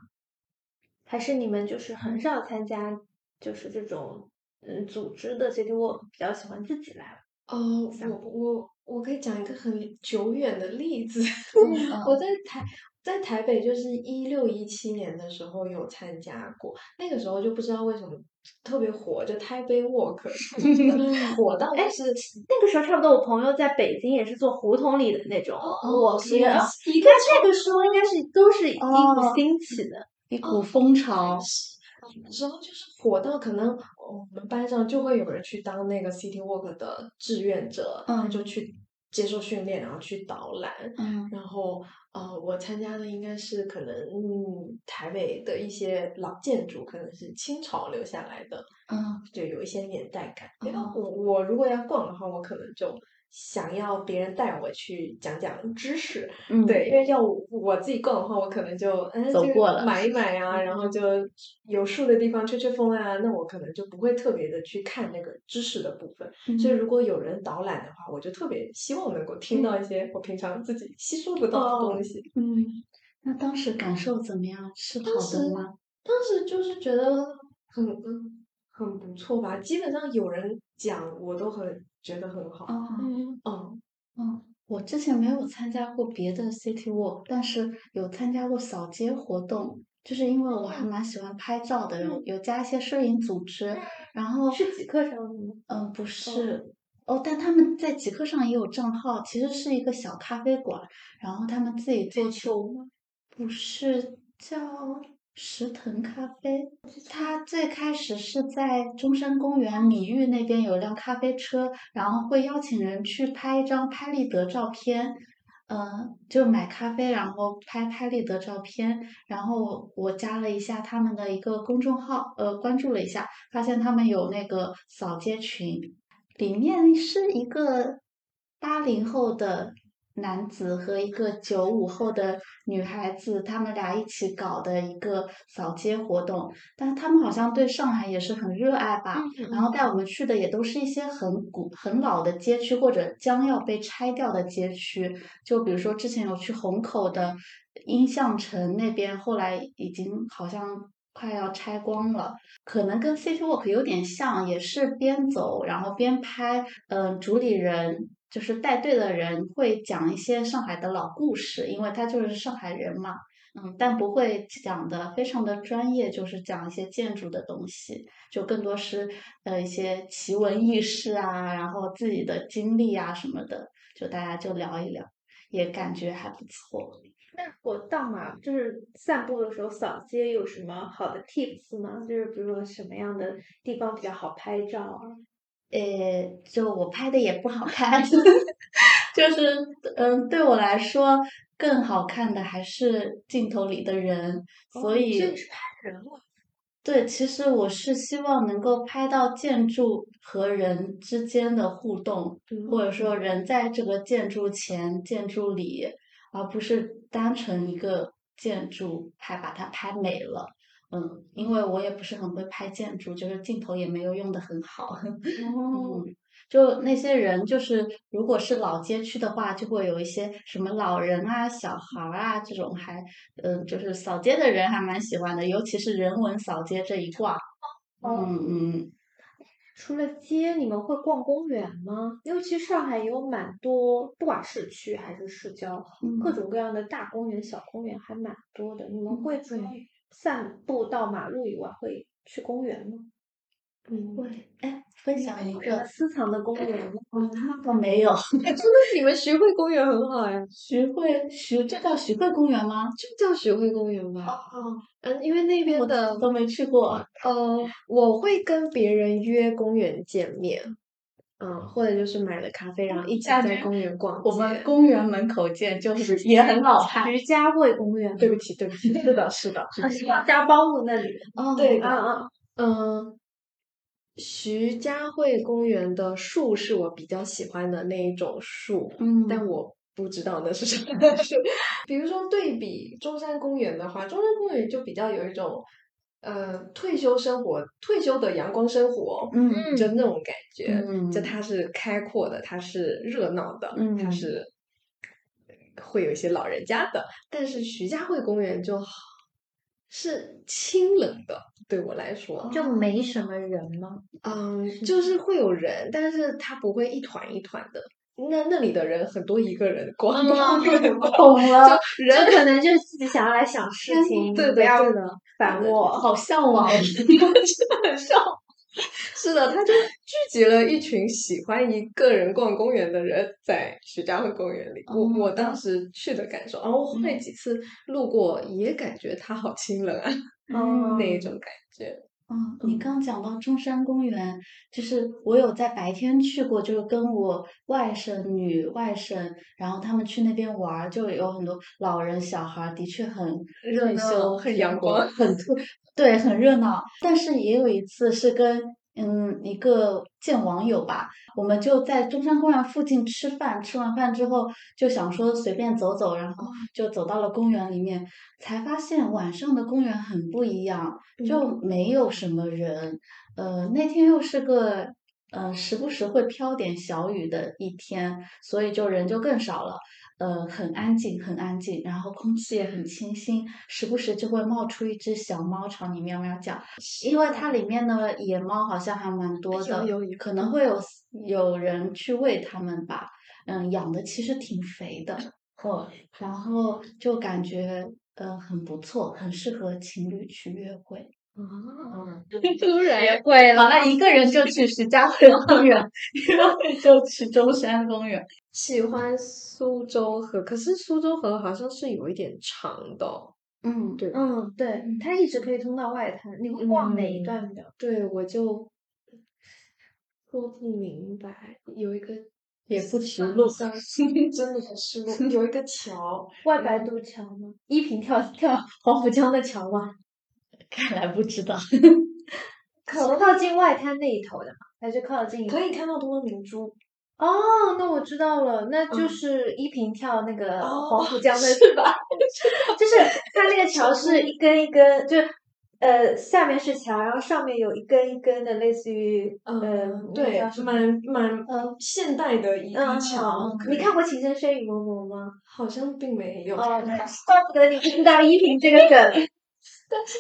C: 还是你们就是很少参加，就是这种嗯组织的 City Walk，比较喜欢自己来？
B: 呃，我我我可以讲一个很久远的例子，
A: 嗯
B: 我在台在台北就是一六一七年的时候有参加过，那个时候就不知道为什么特别火，就台北 Walk
A: 嗯
B: 火到
C: 哎
B: 就是
C: 那个时候差不多，我朋友在北京也是做胡同里的那种
B: 我
C: 我
B: 是
C: 哦是啊
B: 一
C: 一
B: 个
C: 个那个时候应该是都是一
A: 哦
C: 股兴起的，
A: 一股风潮，
B: 有时候就是火到可能我们班上就会有人去当那个 City Walk 的志愿者，他
A: 嗯
B: 就去接受训练，然后去导览。
A: 嗯
B: 然后呃，我参加的应该是可能嗯台北的一些老建筑，可能是清朝留下来的，
A: 嗯
B: 就有一些年代感。因为
A: 哦
B: 我我如果要逛的话，我可能就想要别人带我去讲讲知识，
A: 嗯，
B: 对，因为要我我自己逛的话，我可能就嗯，
A: 走
B: 就
A: 过了嗯
B: 买一买啊，然后就有树的地方吹吹风啊，那我可能就不会特别的去看那个知识的部分。所以
A: 嗯
B: 如果有人导览的话，我就特别希望能够听到一些我平常自己吸收不到的
C: 哦
B: 东西。
A: 嗯，那当时感受怎么样？是好
B: 当时
A: 的吗？
B: 当时就是觉得很很很不错吧，基本上有人讲我都很觉得很好。
A: 哦。
C: 嗯，
B: 嗯，
A: 嗯，我之前没有参加过别的 city walk，但是有参加过扫街活动，就是因为我还蛮喜欢拍照的，有有加一些摄影组织，然后
C: 是极客上的吗？
A: 嗯，不是。哦，但他们在极客上也有账号，其实是一个小咖啡馆，然后他们自己做球吗？不是，叫石腾咖啡。它最开始是在中山公园米玉那边有辆咖啡车，然后会邀请人去拍一张拍立得照片，嗯、就买咖啡，然后拍拍立得照片，然后我我加了一下他们的一个公众号，呃，关注了一下，发现他们有那个扫街群，里面是一个八零后的男子和一个九五后的女孩子，他们俩一起搞的一个扫街活动，但是他们好像对上海也是很热爱吧，
C: 嗯
A: 然后带我们去的也都是一些很古、很老的街区，或者将要被拆掉的街区。就比如说之前有去虹口的音像城那边后来已经好像快要拆光了，可能跟 City Walk 有点像，也是边走然后边拍，嗯、主理人。就是带队的人会讲一些上海的老故事，因为他就是上海人嘛，嗯，但不会讲的非常的专业，就是讲一些建筑的东西，就更多是呃一些奇闻异事啊，然后自己的经历啊什么的，就大家就聊一聊，也感觉还不错。
C: 那我到嘛，就是散步的时候扫街有什么好的 tips 吗？就是比如说什么样的地方比较好拍照啊？
A: 呃，就我拍的也不好看， 就是嗯，对我来说更好看的还是镜头里的人，所以
C: 这个哦是拍人了。
A: 对，其实我是希望能够拍到建筑和人之间的互动，或者说人在这个建筑前、建筑里，而不是单纯一个建筑还把它拍美了。嗯，因为我也不是很会拍建筑，就是镜头也没有用的很好。
C: 哦，
A: 嗯，就那些人，就是如果是老街区的话，就会有一些什么老人啊、小孩儿啊这种还，嗯，就是扫街的人还蛮喜欢的，尤其是人文扫街这一挂。
C: 哦
A: 嗯嗯，
C: 除了街，你们会逛公园吗？尤其上海有蛮多，不管市区还是市郊，各
A: 嗯
C: 种各样的大公园、小公园还蛮多的。你们
A: 嗯
C: 会除了散步到马路以外，会去公园吗？
B: 嗯，
A: 对，哎，分享一个，
C: 私藏的公园吗？
A: 那倒没有，
B: 哎真的，你们徐汇公园很好呀，
A: 徐汇徐，这叫徐汇公园吗？
B: 就叫徐汇公园吧。
A: 哦，
B: 嗯，因为那边
A: 我
B: 的
A: 都没去过。
B: 呃，我会跟别人约公园见面，嗯，或者就是买了咖啡，然后一起
A: 感
B: 在
A: 觉
B: 公园逛街。
A: 我们公园门口见，就是也很老派。
C: 徐家汇公园吗，
B: 啊对不起，对不起，是的，是的，
C: 啊，徐家浜路那里。
A: 哦，
B: 对
C: 啊啊，
B: 嗯，徐家汇公园的树是我比较喜欢的那一种树，
A: 嗯，
B: 但我不知道那是什么树。 比如说对比中山公园的话，中山公园就比较有一种呃退休生活、退休的阳光生活，
A: 嗯
C: 嗯
B: 就那种感觉。
A: 嗯，
B: 就它是开阔的，它是热闹的，它
A: 嗯
B: 是会有一些老人家的。但是徐家汇公园就好是清冷的，对我来说，
A: 哦
C: 就没什么人吗？
B: 嗯，就是会有人，但是它不会一团一团的。那那里的人很多一个人
A: 嗯
B: 逛
A: 哦
B: 公园
C: 我
B: 的，
C: 懂
A: 呃
C: 了，
B: 就
C: 这
B: 人
C: 可能就是自己想要来想事
A: 嗯
B: 天
C: 情，
B: 对
C: 不
B: 的
C: 要
B: 对的
C: 烦
B: 对的
C: 我。
A: 好向往。
B: 很少。是的，他就聚集了一群喜欢一个人逛公园的人，在徐家汇公园里。我我当时去的感受，然后后面几次路过也感觉它好清冷啊，
C: 嗯
B: 那一种感觉。
A: 嗯，你
B: 嗯
A: 刚讲到中山公园，就是我有在白天去过，就是跟我外甥女、外甥，然后他们去那边玩儿，就有很多老人、小孩儿，的确很
B: 热
A: 退
B: 闹
A: 休、
B: 很阳光
A: 很特，对，很热闹。但是也有一次是跟嗯一个见网友吧，我们就在中山公园附近吃饭，吃完饭之后就想说随便走走，然
B: 嗯
A: 后就走到了公园里面，才发现晚上的公园很不一样。
B: 嗯
A: 就没有什么人。呃，那天又是个呃，时不时会飘点小雨的一天，所以就人就更少了。呃，很安静，很安静，然后空气也很清新，时不时就会冒出一只小猫朝你喵喵叫，因为它里面的野猫好像还蛮多的，
B: 有有有
A: 可能会有有人去喂它们吧。嗯，养的其实挺肥的，哦，然后就感觉呃很不错，很适合情侣去约会。
B: 啊，
C: 突然
A: 会了，那一个人就去徐家汇公园，一个人就去中山公园。
B: 喜欢苏州河，可是苏州河好像是有一点长的哦，
A: 嗯，
B: 对吧？
C: 嗯，对，它一直可以通到外滩。你会逛哪一
B: 嗯
C: 段比较？
B: 对，我就说不明白，有一个
A: 也不识
B: 上
A: 路
B: 上真的不识路，有一个 桥，
C: 外白渡桥吗？依萍跳跳黄浦江的桥吗？
A: 看来不 知道。
C: 靠靠近外滩那一头的嘛，还是靠近？
B: 可以看到东方明珠。
C: 哦，那我知道了，那就
B: 嗯
C: 是依萍跳那个
B: 哦
C: 黄浦江的
B: 是吧？
C: 就是它那个桥是一根一根，就是呃，下面是墙，然后上面有一根一根的，类似于呃
B: 嗯，，
C: 那
B: 对
C: 叫，什么
B: 蛮蛮
C: 嗯
B: 现代的一
C: 嗯
B: 一墙
C: 嗯，
B: 可
C: 你
B: 以
C: 看过《情深深雨蒙蒙》吗？
B: 好像并没有，
C: 哦，
B: 但
C: 怪不得你不知道依萍这个梗。
B: 是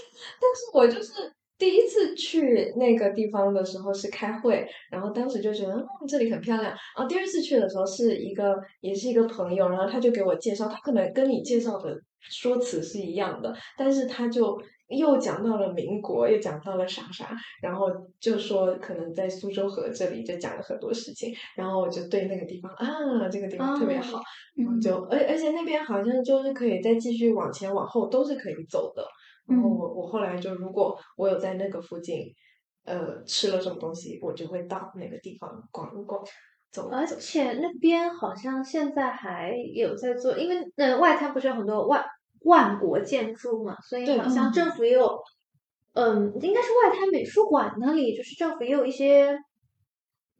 B: 我就是第一次去那个地方的时候是开会，然后当时就觉得嗯这里很漂亮。然后第二次去的时候是一个也是一个朋友，然后他就给我介绍，他可能跟你介绍的说辞是一样的，但是他就又讲到了民国，又讲到了啥啥，然后就说可能在苏州河这里就讲了很多事情，然后我就对那个地方啊这个地方特别
C: 哦
B: 好，
A: 嗯
B: 就而而且那边好像就是可以再继续往前往后都是可以走的。然后
A: 嗯
B: 我我后来就如果我有在那个附近，呃，吃了什么东西，我就会到那个地方逛一逛，走一
C: 而
B: 走。
C: 且那边好像现在还有在做，因为呃外滩不是有很多万万国建筑嘛，所以
B: 对
C: 好像政府也有，嗯，应该是外滩美术馆那里，就是政府也有一些，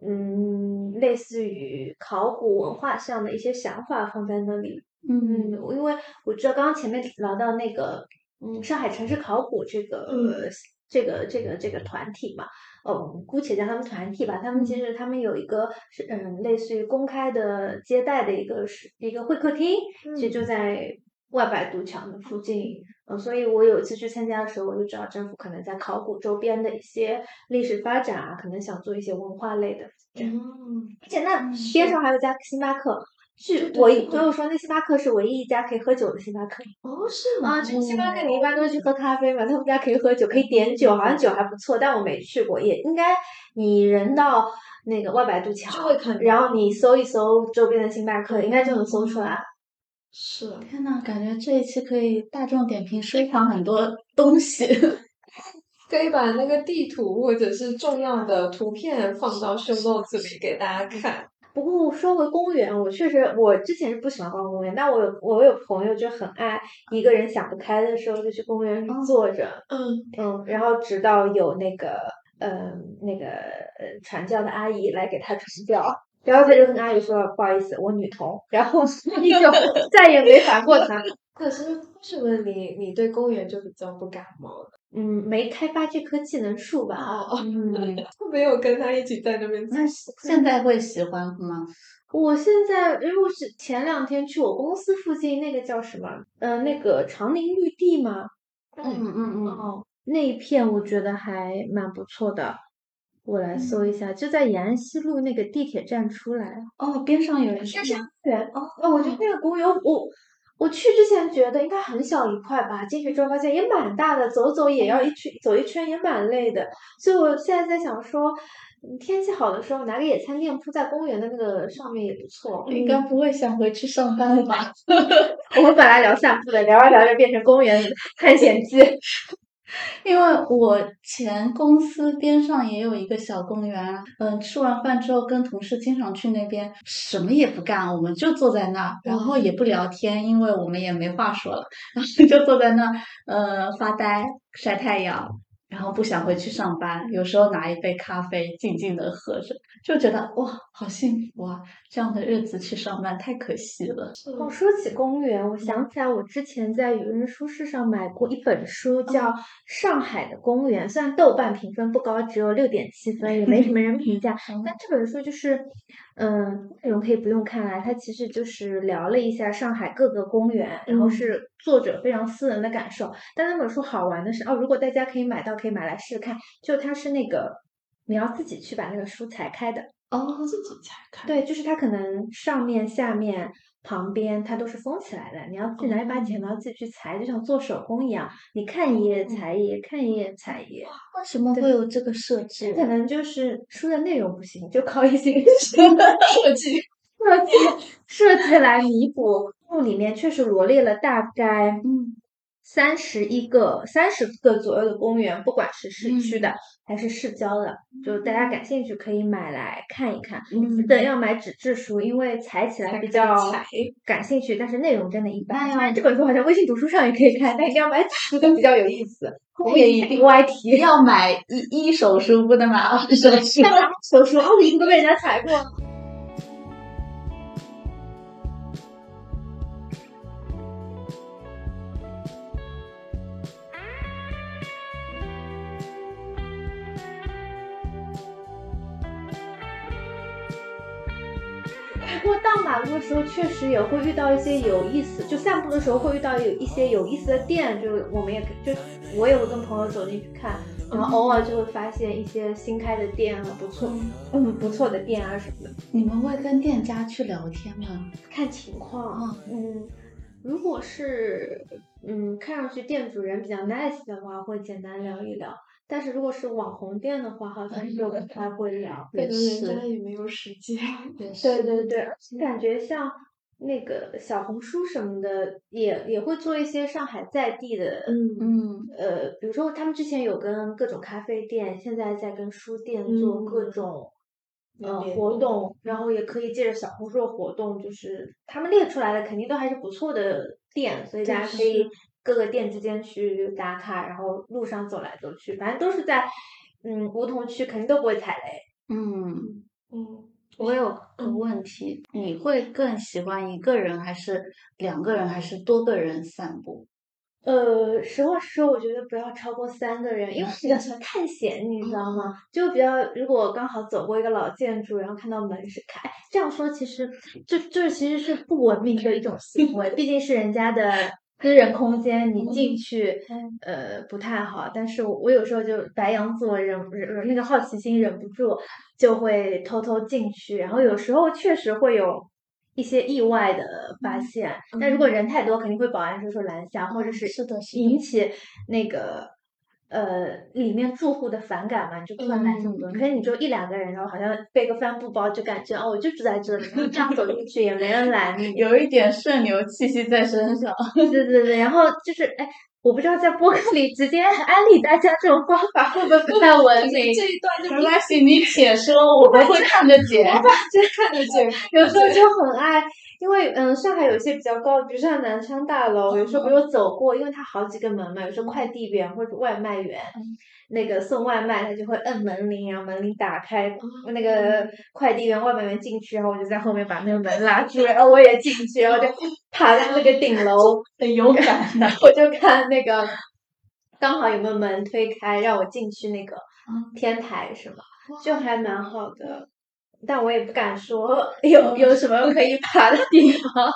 C: 嗯，类似于考古文化上的一些想法放在那里。嗯，
A: 嗯
C: 因为我知道刚刚前面聊到那个，嗯，上海城市考古这个、
B: 嗯
C: 这个这个这个团体嘛，呃，我们姑且叫他们团体吧。他们其实他们有一个是嗯，类似于公开的接待的一个是一个会客厅，
B: 嗯
C: 其实就在外百渡桥的附近。嗯，所以我有一次去参加的时候，我就知道政府可能在考古周边的一些历史发展啊，可能想做一些文化类的这样
B: 嗯，
C: 而且那
A: 嗯
C: 边上还有一家星巴克，
B: 对
C: 是
B: 对
C: 我
B: 对
C: 一朋友说那星巴克是唯一一家可以喝酒的星巴克。
B: 哦，是吗？
C: 啊，去星巴克你一般都是去喝咖啡嘛，他们家可以喝酒，可以点酒，好像酒还不错，但我没去过，也应该你人到那个外百渡
B: 就
C: 桥
B: 会，看，
C: 然后你搜一搜周边的星巴克，应该就能搜出来。
B: 是啊，
A: 天呐，感觉这一期可以大众点评收藏很多东西。
B: 可以把那个地图或者是重要的图片放到 show notes 里给大家看。
C: 不过说回公园，我确实我之前是不喜欢逛公园，但我有我有朋友就很爱一个人想不开的时候就去公园里
A: 哦
C: 坐着，
B: 嗯，
C: 嗯，然后直到有那个呃那个呃传教的阿姨来给他传教，然后他就跟阿姨说不好意思，我女童，然后 你就再也没反过他，
B: 可是为什么你你对公园就比较不感冒呢？
C: 嗯，没开发这棵技能树吧，
B: 哦，
C: 嗯，
B: 没有跟他一起在那边走。
A: 那现在会喜欢吗？
C: 我现在因为我是前两天去我公司附近那个叫什么，呃，那个长宁绿地嘛，
A: 嗯嗯嗯，
C: 哦，那一片我觉得还蛮不错的。我来
A: 嗯
C: 搜一下，就在延安西路那个地铁站出来。
A: 哦，边上有人去吗？
C: 园哦，哦，我觉得那个公园，我我去之前觉得应该很小一块吧，进去之后发现也蛮大的，走走也要一圈，走一圈也蛮累的，所以我现在在想说，嗯天气好的时候拿个野餐垫铺在公园的那个上面也不错。
A: 应该不会想回去上班了吧？
C: 我们本来聊散步的，聊着聊着变成公园探险记。
A: 因为我前公司边上也有一个小公园，嗯，吃完饭之后跟同事经常去那边，什么也不干，我们就坐在那儿，然后也不聊天，因为我们也没话说了，然后就坐在那儿，呃，发呆晒太阳，然后不想回去上班，有时候拿一杯咖啡静静的喝着，就觉得哇，好幸福啊！这样的日子去上班太可惜了。
C: 哦，说起公园，我想起来我之前在有人书市上买过一本书，叫《上海的公园》，虽然豆瓣评分不高，只有六点七分，也没什么人评价，但这本书就是，嗯，内容可以不用看来，它其实就是聊了一下上海各个公园，然后
B: 嗯
C: 是作者非常私人的感受。但那本书好玩的是，哦，如果大家可以买到，可以买来试试看。就它是那个你要自己去把那个书裁开的，
B: 哦，自己才看。
C: 对，就是它可能上面、下面、旁边它都是封起来的，你要自己拿一把剪刀自己去裁，就像做手工一样，你看一页裁一页，看一页裁一页。
A: 为什么会有这个设置
C: 可能就是书的内容不行，就靠一 些
B: 设计
C: 设计设计来弥补。目里面确实罗列了大概
A: 嗯
C: 三十一个、三十个左右的公园，不管是市区
A: 嗯
C: 的还是市郊的，就大家感兴趣可以买来看一看。
A: 嗯
C: 记得要买纸质书，因为裁起
B: 才
C: 来比
B: 可以
C: 较
B: 裁
C: 感兴趣，但是内容真的一般。
A: 哎
C: 当然，
A: 呀
C: 这本书好像微信读书上也可以看，但一定要买纸质的比较有意 思。我们也一定歪题。
A: 要买一一手书，不能买二手书。
C: 但拿手说，哦，你都被人家裁过。不过荡马路的时候，确实也会遇到一些有意思，就散步的时候会遇到有一些有意思的店，就是我们也就我也会跟朋友走进去看，然后偶尔就会发现一些新开的店啊，不错，嗯，不错的店啊什么的，
A: 你们会跟店家去聊天吗？
C: 看情况。
A: 哦，
C: 嗯，如果是嗯看上去店主人比较 nice 的话，会简单聊一聊。但是如果是网红店的话，好像就不太会聊。
A: 也
B: 感觉人家
A: 是
B: 也没有时间。
A: 也是
C: 对对对，而且感觉像那个小红书什么的，也也会做一些上海在地的，
B: 嗯
A: 嗯，
C: 呃，比如说他们之前有跟各种咖啡店，现在在跟书店做各
B: 嗯
C: 种。
B: 有嗯
C: 呃，
B: 联
C: 活
B: 动
C: 动，然后也可以借着小红书的活动，就是他们列出来的肯定都还是不错的店，所以
B: 对
C: 大家可以
B: 是
C: 各个店之间去打卡，然后路上走来走去，反正都是在嗯梧桐区，肯定都不会踩雷。
A: 嗯，
B: 嗯，
A: 我有个问题，你会更喜欢一个人还是两个人还是多个人散步？
C: 呃，实话实说，我觉得不要超过三个人，因为我比较喜欢探险，你知道吗？就比较，如果刚好走过一个老建筑，然后看到门是开，哎这样说其实这这其实是不文明的一种行为，毕竟是人家的私人空间，你进去
B: 嗯，
C: 呃，不太好。但是我我有时候就白羊座忍忍那个好奇心忍不住，就会偷偷进去，然后有时候确实会有。一些意外的发现，但如果人太多，肯定会保安叔叔拦下，或者是
A: 是的，是，
C: 引起那个呃里面住户的反感嘛，你就突然来这么多人，可是你就一两个人，然后好像背个帆布包，就感觉哦，我就住在这里，然后这样走进去也没人拦你
A: 有一点社牛气息在身上。
C: 对对对，然后就是哎。我不知道在播客里直接安利大家这种方法会不会不 太文明，
B: 这一段就
A: 没关系，你且说，我们会看着剪。
B: 看得见。
C: 有时候就很爱，因为嗯，上海有一些比较高，比如像南昌大楼，有时候比我走过，因为它好几个门嘛，有时候快递员或者外卖员，那个送外卖他就会摁门铃，然后门铃打开，
B: 嗯
C: 那个快递员、外卖员进去，然后我就在后面把那个门拉住，然后我也进去，然后就爬在那个顶楼，
A: 很有感的。
C: 我就看那个刚好有没有门推开，让我进去那个天台什么，就还蛮好的。但我也不敢说有有什么可以爬的地方，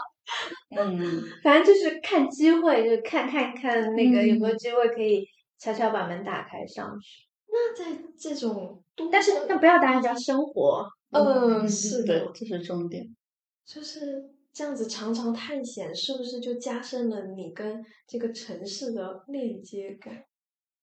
A: 嗯，
C: 反正就是看机会，就是看看看那个有没有
A: 嗯
C: 机会可以悄悄把门打开上去。
B: 那在这种多，
C: 但是但不要打扰人家生活，
B: 嗯，是
A: 的
B: 的，，
A: 这是重点。
B: 就是这样子常常探险，是不是就加深了你跟这个城市的链接感？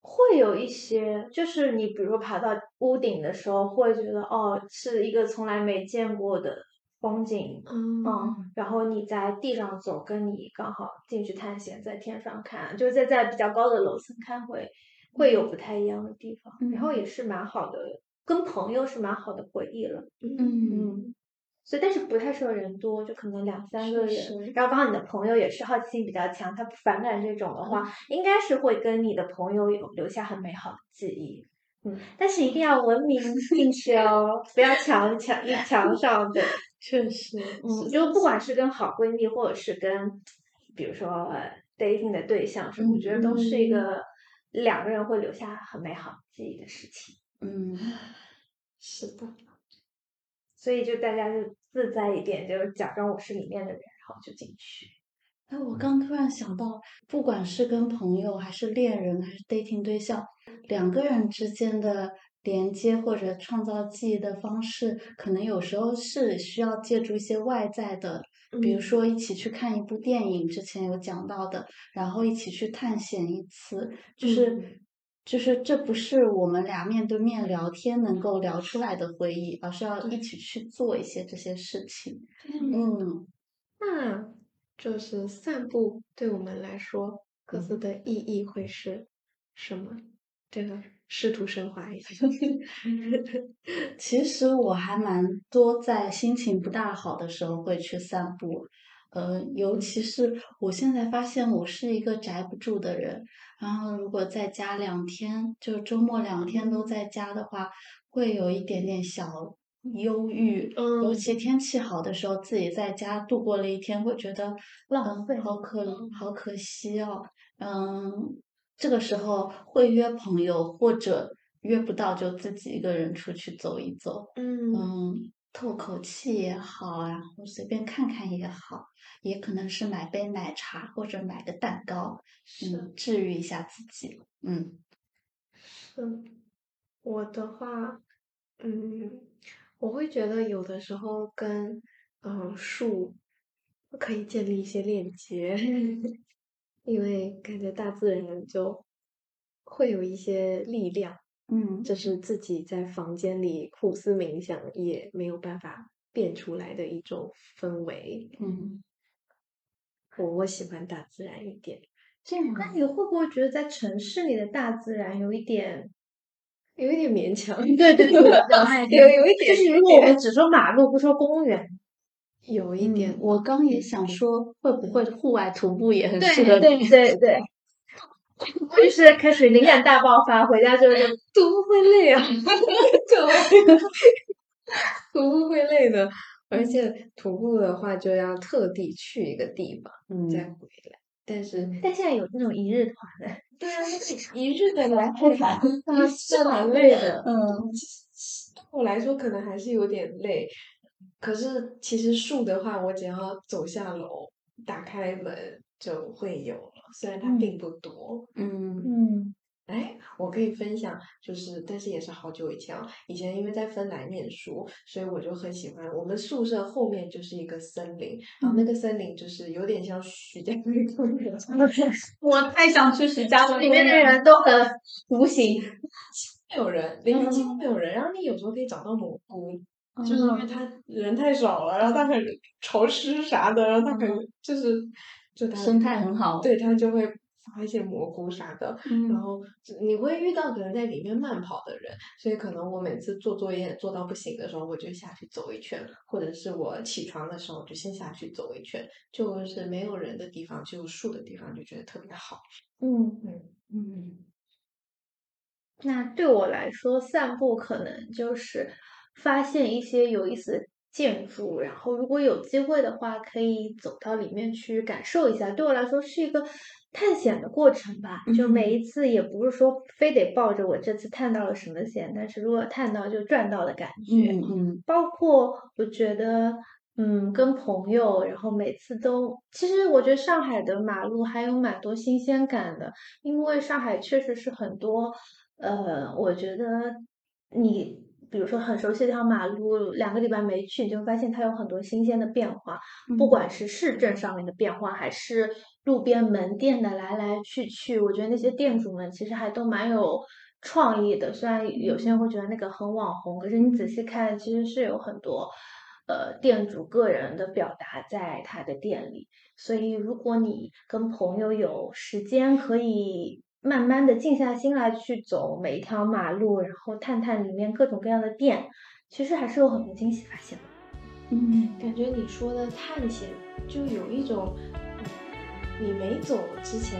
C: 会有一些，就是你比如说爬到屋顶的时候，会觉得哦是一个从来没见过的风景，
B: 嗯
C: 嗯，然后你在地上走，跟你刚好进去探险，在天上看，就是在在比较高的楼层看会会
B: 嗯
C: 有不太一样的地方，然后也是蛮好的，跟朋友是蛮好的回忆了，
A: 嗯，
C: 嗯，所以但是不太适合人多，就可能两三
B: 是
C: 个人，
B: 是
C: 然后刚好你的朋友也是好奇心比较强，他不反感这种的
B: 嗯
C: 话，应该是会跟你的朋友有留下很美好的记忆。嗯，但是一定要文明进去 哦，不要墙墙一墙上对。
B: 确实，
C: 嗯，
B: 嗯，
C: 就不管是跟好闺蜜，或者是跟，比如说呃 dating 的对象什么，我觉得都是一个两个人会留下很美好记忆的事情。
A: 嗯，
B: 是的，
C: 所以就大家就自在一点，就是假装我是里面的人，然后就进去。
A: 哎，我刚突然想到，不管是跟朋友，还是恋人，还是 dating 对象，两个人之间的连接或者创造记忆的方式，可能有时候是需要借助一些外在的，比如
B: 嗯
A: 说一起去看一部电影，之前有讲到的，然后一起去探险一次，就是、
B: 嗯
A: 就是这不是我们俩面对面聊天能够聊出来的回忆，而是要一
B: 对
A: 起去做一些这些事情。
B: 嗯，
A: 嗯
B: 那就是散步对我们来说各自的意义会是什么？这个试图升华一下。
A: 其实我还蛮多在心情不大好的时候会去散步，呃，尤其是我现在发现我是一个宅不住的人，然后如果在家两天，就周末两天都在家的话，会有一点点小忧郁，尤
B: 嗯
A: 其天气好的时候，自己在家度过了一天，会觉得
C: 浪
A: 嗯
C: 费
A: 好可
B: 嗯
A: 好可惜哦，嗯，这个时候会约朋友，或者约不到就自己一个人出去走一走。
B: 嗯，
A: 嗯，透口气也好，然后随便看看也好，也可能是买杯奶茶或者买个蛋糕，
C: 的
A: 嗯，治愈一下自己。嗯，
C: 嗯，
B: 我的话，嗯，我会觉得有的时候跟嗯树可以建立一些链接，
A: 嗯
B: 因为感觉大自然就会有一些力量，
A: 嗯，
B: 这是自己在房间里苦思冥想也没有办法变出来的一种氛围。
A: 嗯，
B: 我我喜欢大自然一点，
A: 这样
C: 那
A: 啊
C: 你会不会觉得在城市里的大自然有一 点？
B: 有一点勉强，
C: 对 对对，
B: 有有一
C: 就
B: 点，
C: 是如果我们只说马路不说公园，
B: 有一点
A: 嗯，我刚也想说，会不会户外徒步也很适合
C: 对
A: 你？
C: 对对， 就是开始灵感大爆发，回家就是
B: 徒步会累啊， 各位， 徒步会累的。而且徒步的话，就要特地去一个地方再
A: 嗯，
B: 回来。但是，
C: 但现在有那种一日团 的，
B: 对啊，一日的来回来，
C: 嗯
B: 是蛮累的。
A: 嗯，
B: 其实对我来说，可能还是有点累。可是，其实树的话，我只要走下楼，打开门就会有了。虽然它
A: 嗯
B: 并不多，
A: 嗯
C: 嗯，
B: 哎，我可以分享，就是，但是也是好久以前哦。以前因为在芬兰念书，所以我就很喜欢我们宿舍后面就是一个森林，
A: 嗯
B: 然后那个森林就是有点像徐家汇公园，
A: 我太想去徐家汇
C: 嗯里面的人都很无形，
B: 没 有人，里面
A: 哦
B: 几乎没有人。然后你有时候可以找到蘑菇，就是因
A: 嗯
B: 为它人太少了，然后它很潮湿啥的，然后它很就是就它
A: 嗯生态很好。
B: 对它就会发一些蘑菇啥的。然
A: 嗯，
B: 后你会遇到可能在里面慢跑的人，所以可能我每次做作业做到不行的时候，我就下去走一圈，或者是我起床的时候就先下去走一圈，就是没有人的地方，只有树的地方，就觉得特别好。
C: 嗯。
B: 嗯
A: 嗯
C: 那对我来说，散步可能就是发现一些有意思的建筑，然后如果有机会的话，可以走到里面去感受一下。对我来说是一个探险的过程吧，就
A: 嗯
C: 每一次也不是说非得抱着我这次探到了什么险，但是如果探到就赚到的感觉。
A: 嗯嗯
C: 包括我觉得，嗯，跟朋友，然后每次都，其实我觉得上海的马路还有蛮多新鲜感的，因为上海确实是很多，呃，我觉得你。比如说很熟悉的一条马路，两个礼拜没去，你就发现它有很多新鲜的变化，不
A: 嗯
C: 管是市政上面的变化，还是路边门店的来来去去，我觉得那些店主们其实还都蛮有创意的。虽然有些人会觉得那个很网红，可是你仔细看，其实是有很多呃店主个人的表达在他的店里。所以，如果你跟朋友有时间，可以慢慢的静下心来去走每一条马路，然后探探里面各种各样的店，其实还是有很多惊喜发现的。
A: 嗯
B: 感觉你说的探险就有一种，嗯你没走之前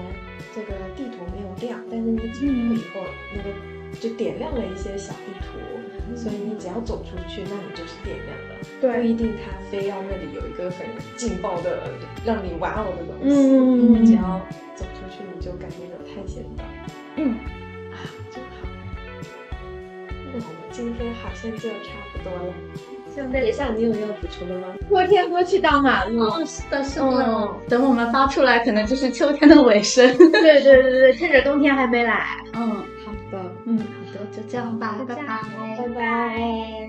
B: 这个地图没有亮，但是你走了以后，那个就点亮了一些小地图，所以你只要走出去，那你就是点亮了。不一定他非要那里有一个很劲爆的让你哇哦的东西，
C: 嗯
B: 你只要走出去，你就感觉有探险到
C: 嗯。
B: 啊，真好。那我们今天好像就差不多了。
C: 像
B: 那以上你有要补充的吗？
C: 破天荒去到马路，
A: 哦，是的，是
C: 哦
A: 的。等我们发出来，可能就是秋天的尾声。
C: 对对对对，趁着冬天还没来，
A: 嗯，
B: 好的，
C: 嗯，
A: 好的，就这样吧，
C: 就这
A: 拜
C: 样
A: 拜。
B: 拜拜。